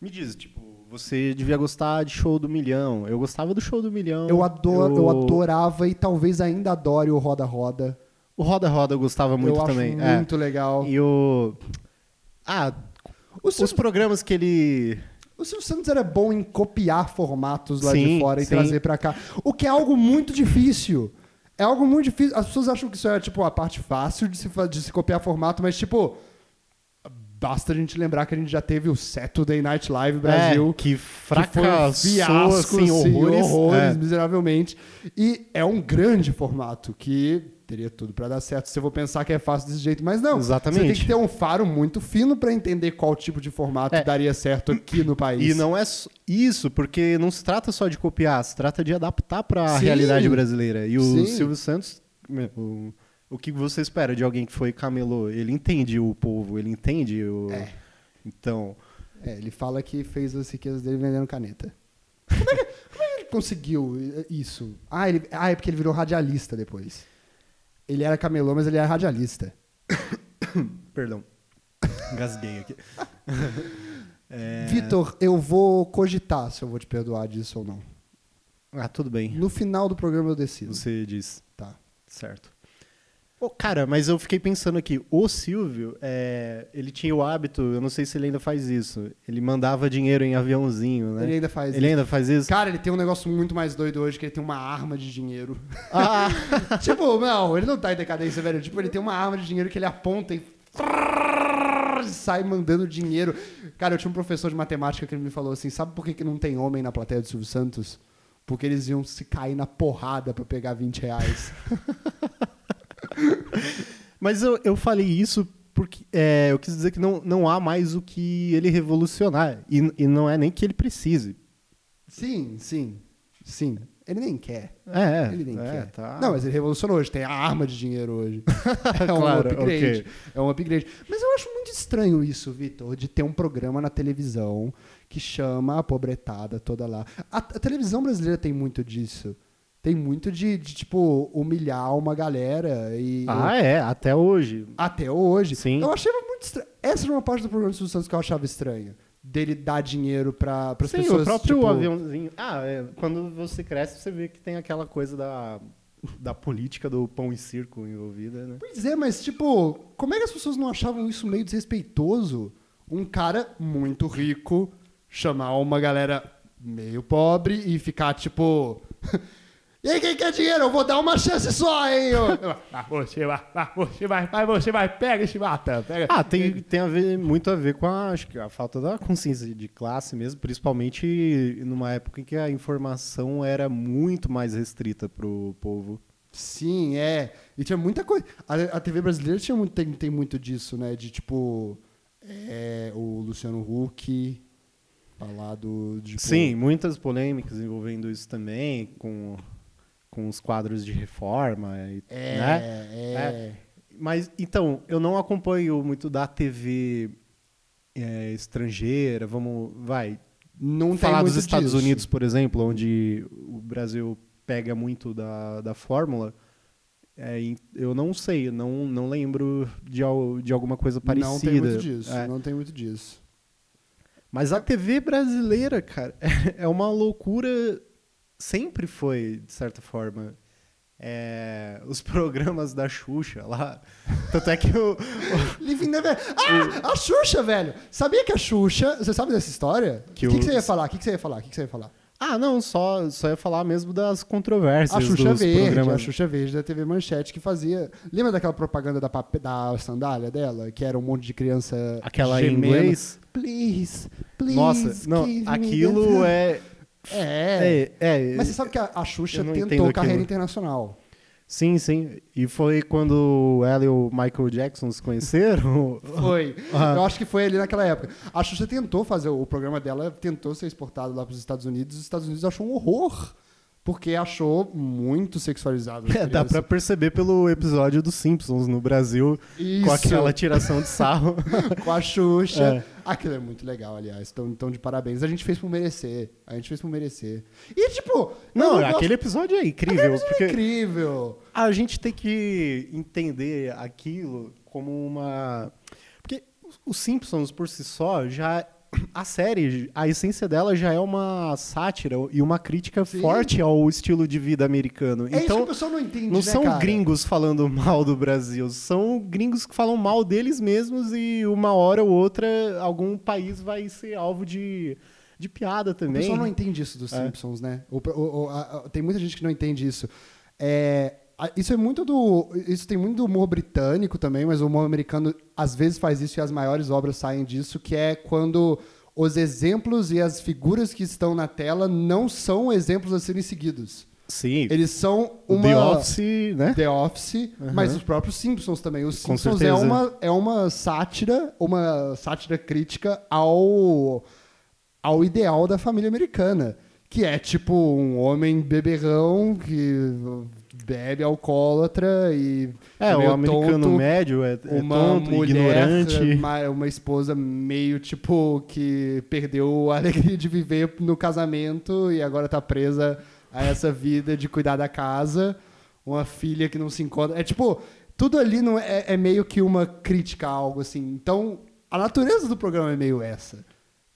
Speaker 2: Me diz, tipo, você devia gostar de show do milhão. Eu gostava do show do milhão.
Speaker 1: Eu, adoro, eu...
Speaker 2: Eu-
Speaker 1: adorava e talvez ainda adore o Roda Roda.
Speaker 2: O Roda Roda eu gostava muito
Speaker 1: eu
Speaker 2: também.
Speaker 1: acho
Speaker 2: é.
Speaker 1: muito legal.
Speaker 2: E o. Ah,
Speaker 1: O
Speaker 2: os,
Speaker 1: Silvio
Speaker 2: programas que ele.
Speaker 1: O Silvio Santos era bom em copiar formatos lá de
Speaker 2: Sim,
Speaker 1: fora e
Speaker 2: sim.
Speaker 1: trazer pra cá. O que é algo muito difícil. É algo muito difícil. As pessoas acham que isso é, tipo, a parte fácil de se, fa- de se copiar formato, mas, tipo, basta a gente lembrar que a gente já teve o Saturday Night Live Brasil.
Speaker 2: É, que
Speaker 1: que foi um
Speaker 2: fracassou,
Speaker 1: fiasco,
Speaker 2: assim,
Speaker 1: sim,
Speaker 2: horrores.
Speaker 1: horrores,
Speaker 2: É.
Speaker 1: miseravelmente. E é um grande formato que teria tudo pra dar certo se eu vou pensar que é fácil desse jeito, mas não.
Speaker 2: Exatamente.
Speaker 1: Você tem que ter um faro muito fino pra entender qual tipo de formato
Speaker 2: É.
Speaker 1: daria certo aqui no país.
Speaker 2: E não é s- isso, porque não se trata só de copiar, se trata de adaptar para a
Speaker 1: Sim.
Speaker 2: realidade brasileira. E o
Speaker 1: Sim.
Speaker 2: Silvio Santos, meu, o, o que você espera de alguém que foi camelô? Ele entende o povo, ele entende o.
Speaker 1: É.
Speaker 2: Então,
Speaker 1: É, ele fala que fez as riquezas dele vendendo caneta. Como é que, como é que ele conseguiu i- isso? Ah, ele- ah, é porque ele virou radialista depois. Ele era camelô, mas ele era radialista.
Speaker 2: perdão. Gasguei aqui. É,
Speaker 1: Vitor, eu vou cogitar se eu vou te perdoar disso ou não.
Speaker 2: Ah, tudo bem.
Speaker 1: No final do programa eu decido.
Speaker 2: Você diz.
Speaker 1: Tá.
Speaker 2: Certo. Ô, cara, mas eu fiquei pensando aqui. O Silvio, é, ele tinha o hábito, eu não sei se ele ainda faz isso. Ele mandava dinheiro em aviãozinho, né?
Speaker 1: Ele ainda faz
Speaker 2: Ele
Speaker 1: isso.
Speaker 2: ainda faz isso?
Speaker 1: Cara, ele tem um negócio muito mais doido hoje, que ele tem uma arma de dinheiro.
Speaker 2: Ah,
Speaker 1: tipo, não, ele não tá em decadência, velho. Tipo, ele tem uma arma de dinheiro que ele aponta e sai mandando dinheiro. Cara, eu tinha um professor de matemática que ele me falou assim, sabe por que, que não tem homem na plateia do Silvio Santos? Porque eles iam se cair na porrada pra pegar 20 reais.
Speaker 2: Mas eu, eu falei isso porque é, eu quis dizer que não, não há mais o que ele revolucionar. E, e não é nem que ele precise.
Speaker 1: sim, sim, sim. Ele nem quer.
Speaker 2: É,
Speaker 1: Ele nem
Speaker 2: é,
Speaker 1: quer.
Speaker 2: Tá.
Speaker 1: Não, mas ele revolucionou hoje. Tem a arma de dinheiro hoje. é um
Speaker 2: Claro,
Speaker 1: upgrade.
Speaker 2: ok.
Speaker 1: É um upgrade. Mas eu acho muito estranho isso, Vitor, de ter um programa na televisão que chama a pobretada toda lá. A, a televisão brasileira tem muito disso. Tem muito de, de, tipo, humilhar uma galera e...
Speaker 2: Ah, é, até hoje.
Speaker 1: Até hoje.
Speaker 2: Sim.
Speaker 1: Eu achava muito estranho. Essa era uma parte do programa do Silvio Santos que eu achava estranha. Dele dar dinheiro para as
Speaker 2: Sim,
Speaker 1: pessoas.
Speaker 2: o próprio
Speaker 1: tipo,
Speaker 2: aviãozinho. Ah, é, quando você cresce, você vê que tem aquela coisa da, da política do pão e circo envolvida, né?
Speaker 1: Pois é, mas tipo, como é que as pessoas não achavam isso meio desrespeitoso? Um cara muito rico chamar uma galera meio pobre e ficar tipo. E aí, quem quer dinheiro? Eu vou dar uma chance só, hein? ô?" Ah, você vai, ah, você vai, vai, você vai, pega e se mata. Pega.
Speaker 2: Ah, tem, tem a ver, muito a ver com a, acho que a falta da consciência de classe mesmo, principalmente numa época em que a informação era muito mais restrita pro povo.
Speaker 1: Sim, é. E tinha muita coisa. A, a TV brasileira tinha muito, tem, tem muito disso, né? De tipo. é, o Luciano Huck falar do. Tipo,
Speaker 2: Sim, muitas polêmicas envolvendo isso também, com, com os quadros de reforma e,
Speaker 1: É,
Speaker 2: né?
Speaker 1: é.
Speaker 2: Mas, então, eu não acompanho muito da TV é, estrangeira, vamos, vai,
Speaker 1: Não tem
Speaker 2: falar dos
Speaker 1: muito
Speaker 2: Estados
Speaker 1: disso.
Speaker 2: Unidos, por exemplo, onde o Brasil pega muito da, da fórmula, é, em- eu não sei, não, não lembro de, al- de alguma coisa parecida.
Speaker 1: Não tem muito disso.
Speaker 2: É.
Speaker 1: Não tem muito disso.
Speaker 2: Mas a TV brasileira, cara, é uma loucura. Sempre foi, de certa forma. É, os programas da Xuxa lá. Tanto é que o. o-
Speaker 1: Living Never. Ah! A Xuxa, velho! Sabia que a Xuxa. Você sabe dessa história? O que,
Speaker 2: Que o-
Speaker 1: que você ia falar? O que, que você ia falar? O que, que você ia falar?
Speaker 2: Ah, não, só, só ia falar mesmo das controvérsias.
Speaker 1: A Xuxa
Speaker 2: dos
Speaker 1: Verde,
Speaker 2: programas.
Speaker 1: a Xuxa Verde da TV Manchete que fazia. Lembra daquela propaganda da, pape- da sandália dela? Que era um monte de criança.
Speaker 2: Aquela em
Speaker 1: gemendo?
Speaker 2: inglês.
Speaker 1: Please, please.
Speaker 2: Nossa, não,
Speaker 1: give me
Speaker 2: aquilo
Speaker 1: the-
Speaker 2: é.
Speaker 1: É.
Speaker 2: É, é.
Speaker 1: Mas você sabe que a, a Xuxa
Speaker 2: Eu não
Speaker 1: tentou
Speaker 2: entendo aquilo.
Speaker 1: carreira internacional.
Speaker 2: Sim, sim. E foi quando ela e o Michael Jackson se conheceram.
Speaker 1: Foi.
Speaker 2: Ah.
Speaker 1: Eu acho que foi ali naquela época. A Xuxa tentou fazer, o programa dela tentou ser exportado lá para os Estados Unidos, os Estados Unidos achou um horror, porque achou muito sexualizado. as
Speaker 2: É, dá pra
Speaker 1: crianças.
Speaker 2: perceber pelo episódio dos Simpsons no Brasil,
Speaker 1: Isso.
Speaker 2: com aquela tiração de sarro.
Speaker 1: Com a Xuxa.
Speaker 2: É.
Speaker 1: Aquilo é muito legal, aliás. Então, então, de parabéns. A gente fez por merecer. A gente fez por merecer. E, tipo...
Speaker 2: Não,
Speaker 1: eu gosto-
Speaker 2: aquele episódio é incrível,
Speaker 1: Aquele episódio
Speaker 2: porque
Speaker 1: é incrível.
Speaker 2: a gente tem que entender aquilo como uma... Porque os Simpsons, por si só, já... A série, a essência dela já é uma sátira e uma crítica
Speaker 1: Sim.
Speaker 2: forte ao estilo de vida americano.
Speaker 1: É isso
Speaker 2: então,
Speaker 1: que o pessoal não entende,
Speaker 2: Não
Speaker 1: né,
Speaker 2: são
Speaker 1: cara?
Speaker 2: gringos falando mal do Brasil, são gringos que falam mal deles mesmos e uma hora ou outra algum país vai ser alvo de, de piada
Speaker 1: O
Speaker 2: também.
Speaker 1: pessoal não entende isso dos
Speaker 2: É.
Speaker 1: Simpsons, né? O- o- o- a- a- tem muita gente que não entende isso. É, a- isso é muito do. Isso tem muito do humor britânico também, mas o humor americano às vezes faz isso e as maiores obras saem disso, que é quando os exemplos e as figuras que estão na tela não são exemplos a serem seguidos.
Speaker 2: Sim,
Speaker 1: Eles são
Speaker 2: o
Speaker 1: uma.
Speaker 2: The Office, né?
Speaker 1: The Office,
Speaker 2: Uhum.
Speaker 1: mas os próprios Simpsons também. Os
Speaker 2: Com
Speaker 1: Simpsons é
Speaker 2: certeza.
Speaker 1: uma, é uma sátira, uma sátira crítica ao, ao ideal da família americana. Que é tipo um homem beberrão que bebe alcoólatra e.
Speaker 2: É,
Speaker 1: meio
Speaker 2: o americano
Speaker 1: tonto,
Speaker 2: médio é, é
Speaker 1: uma
Speaker 2: tonto,
Speaker 1: mulher,
Speaker 2: ignorante.
Speaker 1: Uma, uma esposa meio tipo que perdeu a alegria de viver no casamento e agora tá presa a essa vida de cuidar da casa, uma filha é que não se encontra. É tipo, tudo ali não é, é meio que uma crítica a algo assim. Então, A natureza do programa é meio essa.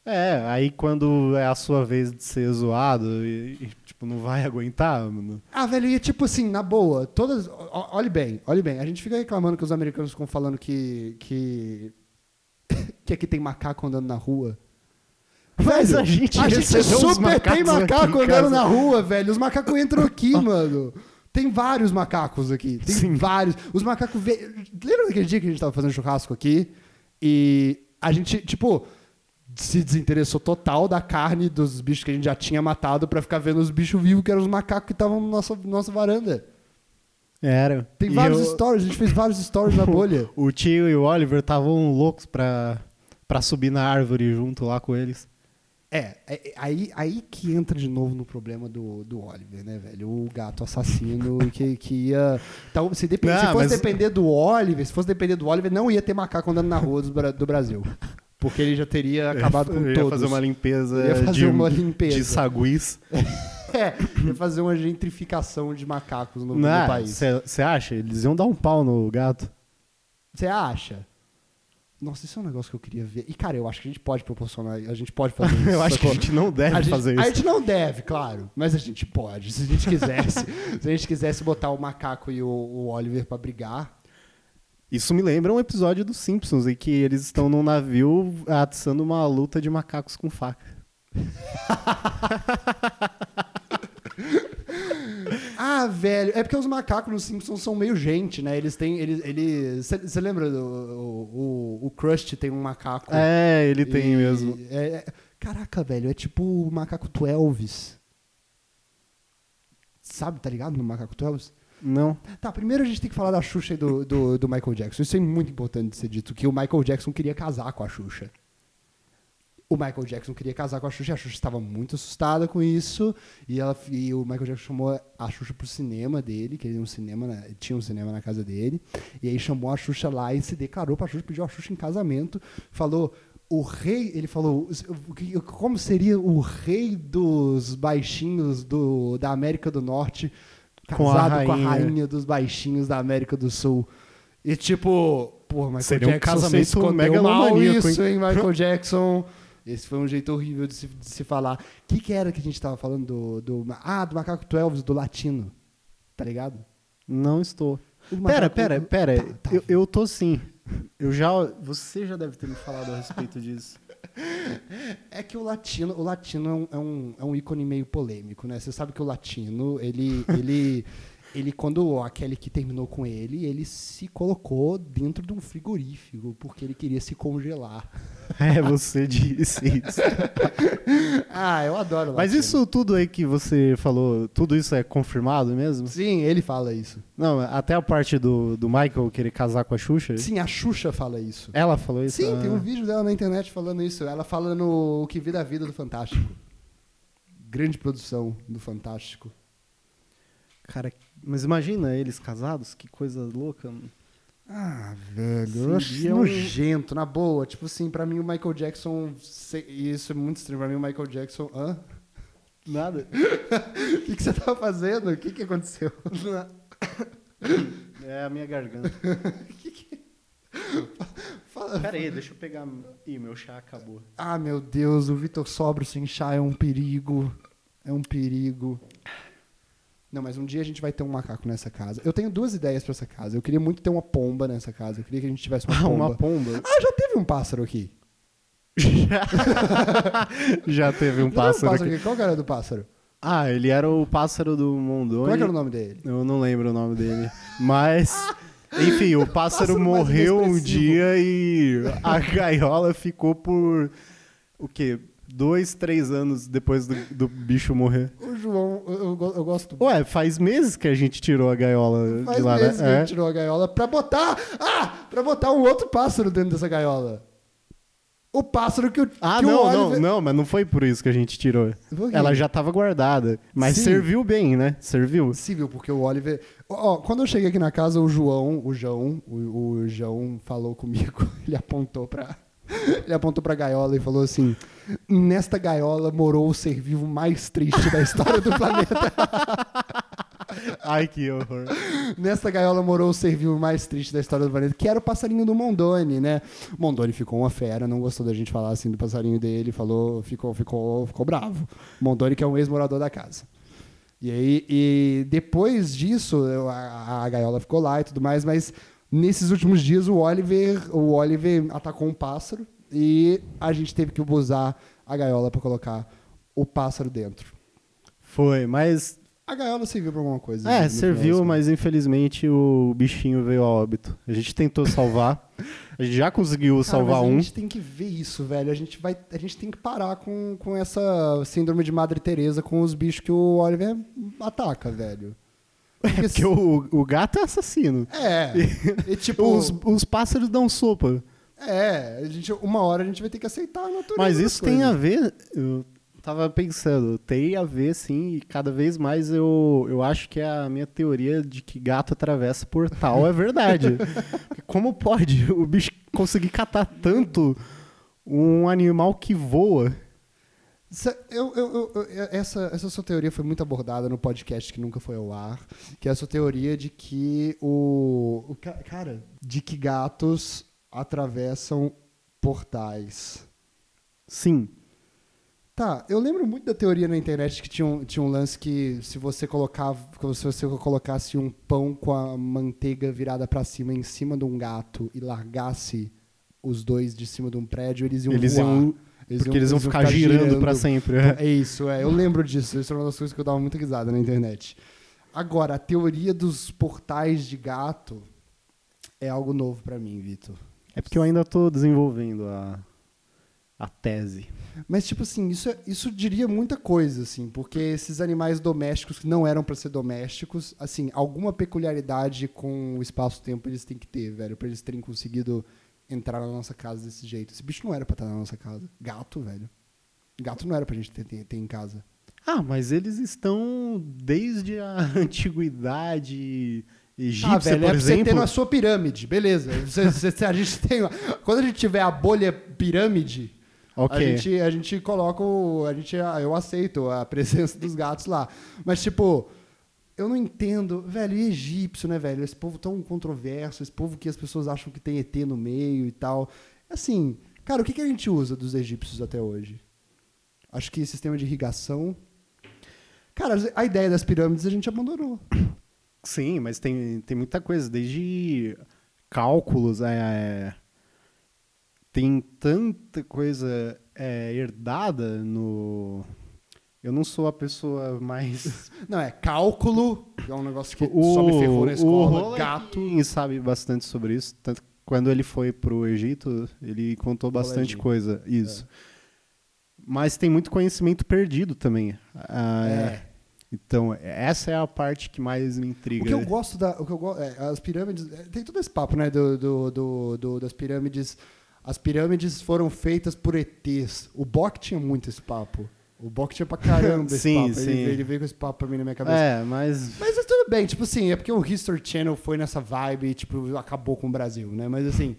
Speaker 2: É, aí quando é a sua vez de ser zoado e, e, tipo, não vai aguentar, mano.
Speaker 1: Ah, velho, e tipo assim, na boa, todas. ó- ó- Olhe bem, olhe bem. A gente fica reclamando que os americanos ficam falando que. que. que aqui tem macaco andando na rua.
Speaker 2: Mas
Speaker 1: Velho,
Speaker 2: a gente
Speaker 1: a gente
Speaker 2: recebeu uns
Speaker 1: super tem
Speaker 2: macacos
Speaker 1: macaco
Speaker 2: aqui em
Speaker 1: andando
Speaker 2: casa.
Speaker 1: na rua, velho. Os macacos entram aqui, mano. Tem vários macacos aqui. Tem
Speaker 2: Sim.
Speaker 1: vários. Os macacos. ve- Lembra daquele dia que a gente tava fazendo churrasco aqui? E a gente, tipo, se desinteressou total da carne dos bichos que a gente já tinha matado pra ficar vendo os bichos vivos, que eram os macacos que estavam na nossa, nossa varanda.
Speaker 2: Era.
Speaker 1: Tem
Speaker 2: E
Speaker 1: vários
Speaker 2: eu-
Speaker 1: stories, a gente fez vários stories na bolha.
Speaker 2: O tio e o Oliver estavam loucos pra, pra subir na árvore junto lá com eles.
Speaker 1: É, é- é aí, aí que entra de novo no problema do, do Oliver, né, velho? O gato assassino que, que ia. Então, se, depend- se
Speaker 2: Não,
Speaker 1: fosse
Speaker 2: mas-
Speaker 1: depender do Oliver, se fosse depender do Oliver, não ia ter macaco andando na rua do, do Brasil. Porque ele já teria acabado com
Speaker 2: É, Eu ia
Speaker 1: todos.
Speaker 2: fazer uma limpeza,
Speaker 1: Ia fazer
Speaker 2: de,
Speaker 1: uma limpeza.
Speaker 2: de saguis.
Speaker 1: É, ia fazer uma gentrificação de macacos no, no país.
Speaker 2: Você acha? Eles iam dar um pau no gato.
Speaker 1: Você acha? Nossa, isso é um negócio que eu queria ver. E, cara, eu acho que a gente pode proporcionar, a gente pode fazer isso.
Speaker 2: Eu acho que a
Speaker 1: sacou?
Speaker 2: gente não deve
Speaker 1: a gente,
Speaker 2: fazer
Speaker 1: a
Speaker 2: isso.
Speaker 1: gente não deve, claro, mas a gente pode. Se a gente quisesse, se a gente quisesse botar o macaco e o, o Oliver pra brigar,
Speaker 2: Isso me lembra um episódio dos Simpsons, em que eles estão num navio atiçando uma luta de macacos com faca.
Speaker 1: ah, velho, é porque os macacos nos Simpsons são meio gente, né? Eles têm, eles, eles. Você lembra do o, o, o Krusty tem um macaco?
Speaker 2: É, ele tem
Speaker 1: E-
Speaker 2: mesmo.
Speaker 1: é- é- caraca, velho, é tipo o macaco do Elvis. Sabe, tá ligado no macaco do Elvis?
Speaker 2: Não.
Speaker 1: Tá, primeiro a gente tem que falar da Xuxa e do, do, do Michael Jackson. Isso é muito importante de ser dito, que o Michael Jackson queria casar com a Xuxa. O Michael Jackson queria casar com a Xuxa e a Xuxa estava muito assustada com isso. E, ela, e o Michael Jackson chamou a Xuxa pro cinema dele, que ele tinha um cinema, na, tinha um cinema na casa dele. E aí chamou a Xuxa lá e se declarou pra Xuxa, pediu a Xuxa em casamento. Falou, o rei, ele falou, o que- como seria o rei dos baixinhos do, da América do Norte
Speaker 2: Com a
Speaker 1: casado com a
Speaker 2: rainha.
Speaker 1: rainha dos baixinhos da América do Sul. E tipo, porra, Michael
Speaker 2: Seria um
Speaker 1: Jackson
Speaker 2: casamento
Speaker 1: se escondeu mal
Speaker 2: megalomaníaco,
Speaker 1: isso, hein, Michael Jackson. Esse foi um jeito horrível de se, de se falar. O que, que era que a gente tava falando do, do. Ah, do macaco do Elvis, do latino. Tá ligado?
Speaker 2: Não estou.
Speaker 1: O
Speaker 2: Pera,
Speaker 1: macaco-
Speaker 2: pera, pera.
Speaker 1: Tá, tá.
Speaker 2: Eu, eu tô sim. Eu já. Você já deve ter me falado a respeito disso.
Speaker 1: É que o latino, o latino é um, é um, é um ícone meio polêmico, né? Você sabe que o latino, ele, ele, ele quando a Kelly que terminou com ele, ele se colocou dentro de um frigorífico porque ele queria se congelar.
Speaker 2: É, você disse isso.
Speaker 1: Ah, eu adoro
Speaker 2: Mas
Speaker 1: latino.
Speaker 2: isso tudo aí que você falou, tudo isso é confirmado mesmo?
Speaker 1: Sim, ele fala isso.
Speaker 2: Não, até a parte do, do Michael querer casar com a Xuxa.
Speaker 1: Sim, a Xuxa fala isso.
Speaker 2: Ela falou isso?
Speaker 1: Sim,
Speaker 2: Ah.
Speaker 1: tem um vídeo dela na internet falando isso. Ela fala no O Que Vira a Vida do Fantástico. Grande produção do Fantástico.
Speaker 2: Cara, mas imagina eles casados, que coisa louca. mano.
Speaker 1: Ah, velho,
Speaker 2: eu acho
Speaker 1: é
Speaker 2: isso
Speaker 1: um nojento, na boa. Tipo assim, pra mim o Michael Jackson. se- e Isso é muito estranho. Pra mim o Michael Jackson. Hã?
Speaker 2: Nada.
Speaker 1: O que, que você tava fazendo? O que, que aconteceu?
Speaker 2: É a minha garganta.
Speaker 1: Fala-
Speaker 2: Pera aí, deixa eu pegar. Ih, meu chá acabou.
Speaker 1: Ah, meu Deus, o Vitor Sobro sem chá é um perigo. É um perigo. Não, mas um dia a gente vai ter um macaco nessa casa. Eu tenho duas ideias pra essa casa. Eu queria muito ter uma pomba nessa casa. Eu queria que a gente tivesse uma
Speaker 2: Ah,
Speaker 1: pomba.
Speaker 2: uma pomba.
Speaker 1: Ah, já teve um pássaro aqui.
Speaker 2: Já teve
Speaker 1: Já teve
Speaker 2: um pássaro aqui.
Speaker 1: Qual que era do pássaro?
Speaker 2: Ah, ele era o pássaro do Mondoni.
Speaker 1: Como é que era o nome dele?
Speaker 2: Eu não lembro o nome dele. Mas, enfim, o pássaro,
Speaker 1: Pássaro mais
Speaker 2: morreu um
Speaker 1: inexpressivo.
Speaker 2: dia e a gaiola ficou por. O quê? Dois, três anos depois do, do bicho morrer.
Speaker 1: O João, eu, eu go- eu gosto.
Speaker 2: Ué, faz meses que a gente tirou a gaiola
Speaker 1: Faz
Speaker 2: de lá,
Speaker 1: meses que
Speaker 2: né?
Speaker 1: ele tirou a gaiola pra botar. Ah! Pra botar um outro pássaro dentro dessa gaiola. O pássaro que o.
Speaker 2: Ah,
Speaker 1: que o
Speaker 2: não, não,
Speaker 1: Oliver-
Speaker 2: não, mas não foi por isso que a gente tirou.
Speaker 1: Por quê?
Speaker 2: Ela já tava guardada. Mas
Speaker 1: Sim.
Speaker 2: serviu bem, né? Serviu.
Speaker 1: possível, porque o Oliver. Ó, ó, quando eu cheguei aqui na casa, o João, o João, o, o João falou comigo, ele apontou pra. Ele apontou pra gaiola e falou assim: Nesta gaiola morou o ser vivo mais triste da história do planeta.
Speaker 2: Ai, que horror.
Speaker 1: Nessa gaiola morou o ser vivo mais triste da história do planeta, que era o passarinho do Mondoni, né? O Mondoni ficou uma fera, não gostou da gente falar assim do passarinho dele, falou, ficou, ficou, ficou bravo. Mondoni, que é um ex-morador da casa. E aí, e depois disso, eu- a, a gaiola ficou lá e tudo mais, mas nesses últimos dias o Oliver, o Oliver atacou um pássaro e a gente teve que usar a gaiola para colocar o pássaro dentro.
Speaker 2: Foi, mas.
Speaker 1: A gaiola serviu pra alguma coisa.
Speaker 2: É,
Speaker 1: no
Speaker 2: serviu,
Speaker 1: final,
Speaker 2: mas infelizmente o bichinho veio a óbito. A gente tentou salvar. A gente já conseguiu
Speaker 1: Cara,
Speaker 2: salvar
Speaker 1: mas
Speaker 2: um.
Speaker 1: A gente tem que ver isso, velho. A gente, vai, a gente tem que parar com, com essa síndrome de Madre Teresa com os bichos que o Oliver ataca, velho. Porque
Speaker 2: Porque
Speaker 1: se-
Speaker 2: o, o gato é assassino.
Speaker 1: É. e tipo,
Speaker 2: Os, os pássaros dão sopa.
Speaker 1: é, a gente, uma hora a gente vai ter que aceitar é a natureza.
Speaker 2: Mas
Speaker 1: das
Speaker 2: isso tem
Speaker 1: coisas.
Speaker 2: a ver. Eu tava pensando, tem a ver sim, e cada vez mais eu, eu acho que é a minha teoria de que gato atravessa portal é verdade. Porque Como pode o bicho conseguir catar tanto um animal que voa?
Speaker 1: Sa- eu- eu- eu- eu- essa, essa sua teoria foi muito abordada no podcast que nunca foi ao ar, que é a sua teoria de que o, o ca- cara, de que gatos atravessam portais.
Speaker 2: Sim.
Speaker 1: Tá, eu lembro muito da teoria na internet que tinha um, tinha um lance que se você colocava, que se você colocasse um pão com a manteiga virada pra cima em cima de um gato e largasse os dois de cima de um prédio, eles iam
Speaker 2: Eles
Speaker 1: voar.
Speaker 2: iam- porque eles vão ficar, girando, pra sempre. é.
Speaker 1: É isso, é. Eu lembro disso. Isso era uma das coisas que eu dava muita risada na internet. Agora, a teoria dos portais de gato é algo novo pra mim, Vitor.
Speaker 2: É porque eu ainda tô desenvolvendo a, a tese.
Speaker 1: Mas, tipo assim, isso, é- isso diria muita coisa, assim, porque esses animais domésticos que não eram pra ser domésticos, assim, alguma peculiaridade com o espaço-tempo eles têm que ter, velho, pra eles terem conseguido entrar na nossa casa desse jeito. Esse bicho não era pra estar na nossa casa. Gato, velho. Gato não era pra gente ter, ter- ter em casa.
Speaker 2: Ah, mas eles estão desde a antiguidade egípcia,
Speaker 1: ah, velho,
Speaker 2: por
Speaker 1: é pra você ter
Speaker 2: exemplo.
Speaker 1: na sua pirâmide, beleza. Você- você- você- a gente tem, uma- quando a gente tiver a bolha pirâmide,
Speaker 2: Ok.
Speaker 1: A gente, a gente coloca o. A gente, ah, eu aceito a presença dos gatos lá. Mas, tipo, eu não entendo. Velho, e egípcio, né, velho? Esse povo tão controverso, esse povo que as pessoas acham que tem ET no meio e tal. Assim, cara, o que, que a gente usa dos egípcios até hoje? Acho que sistema de irrigação. Cara, a ideia das pirâmides a gente abandonou.
Speaker 2: Sim, mas tem, tem muita coisa, desde cálculos, é, tem tanta coisa é, herdada no. Eu não sou a pessoa mais.
Speaker 1: Não, é cálculo, que é um negócio que
Speaker 2: o,
Speaker 1: só me ferrou na
Speaker 2: o
Speaker 1: escola.
Speaker 2: Roland
Speaker 1: gato.
Speaker 2: King sabe bastante sobre isso. Tanto que quando ele foi pro Egito, ele contou bastante
Speaker 1: Rolandinho.
Speaker 2: coisa. Isso. Mas tem muito conhecimento perdido também. Ah,
Speaker 1: É.
Speaker 2: Então, essa é a parte que mais me intriga.
Speaker 1: O que eu gosto da. O que eu gosto. as pirâmides. é, tem todo esse papo, né? Do, do, do- do- das pirâmides. As pirâmides foram feitas por ETs. O Bock tinha muito esse papo. O Bock tinha pra caramba esse
Speaker 2: Sim,
Speaker 1: papo.
Speaker 2: sim.
Speaker 1: Ele, veio- ele veio com esse papo pra mim na minha cabeça.
Speaker 2: É, mas.
Speaker 1: Mas é tudo bem, tipo assim, é porque o History Channel foi nessa vibe e, tipo, acabou com o Brasil, né? Mas assim,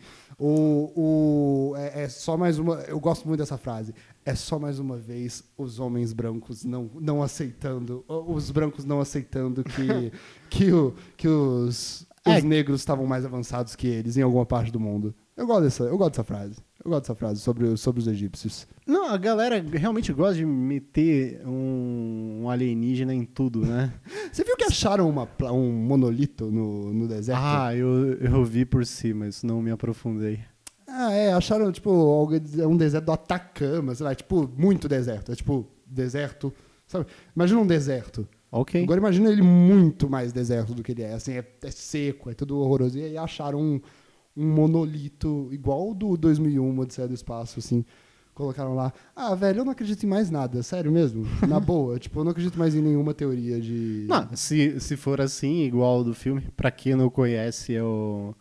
Speaker 1: o, o, é, é só mais uma. Eu gosto muito dessa frase. É só mais uma vez os homens brancos não, não aceitando. Os brancos não aceitando que, que, o, que os, os
Speaker 2: É.
Speaker 1: negros estavam mais avançados que eles em alguma parte do mundo. Eu gosto dessa, eu gosto dessa frase. Eu gosto dessa frase sobre, o- sobre os egípcios.
Speaker 2: Não, a galera realmente gosta de meter um, um alienígena em tudo, né?
Speaker 1: Você viu que acharam uma, pla- um monolito no, no deserto?
Speaker 2: ah, eu, eu vi por si, mas não me aprofundei.
Speaker 1: Ah, é, acharam, tipo, algo- um deserto do Atacama, sei lá, tipo, muito deserto. É tipo, deserto, sabe? Imagina um deserto.
Speaker 2: Ok.
Speaker 1: Agora imagina ele muito mais deserto do que ele é, assim, é, é seco, é tudo horroroso. E aí acharam um, um monolito igual o do 2001, Odisseia do Espaço, assim, colocaram lá. Ah, velho, eu não acredito em mais nada, sério mesmo, na boa. tipo, eu não acredito mais em nenhuma teoria de...
Speaker 2: Não, se, se for assim, igual ao do filme, pra quem não conhece, é o,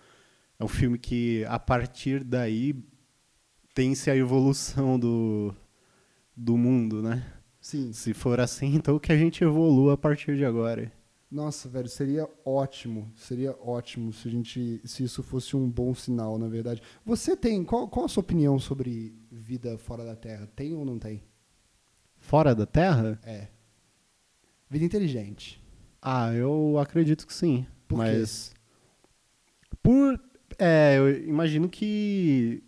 Speaker 2: é um filme que a partir daí tem-se a evolução do, do mundo, né?
Speaker 1: Sim.
Speaker 2: Se for assim, então que a gente evolua a partir de agora.
Speaker 1: Nossa, velho, seria ótimo. Seria ótimo se a gente. Se isso fosse um bom sinal, na verdade. Você tem. Qual, qual a sua opinião sobre vida fora da Terra? Tem ou não tem?
Speaker 2: Fora da Terra?
Speaker 1: É. Vida inteligente.
Speaker 2: Ah, eu acredito que sim.
Speaker 1: Por quê?
Speaker 2: mas por é, eu imagino que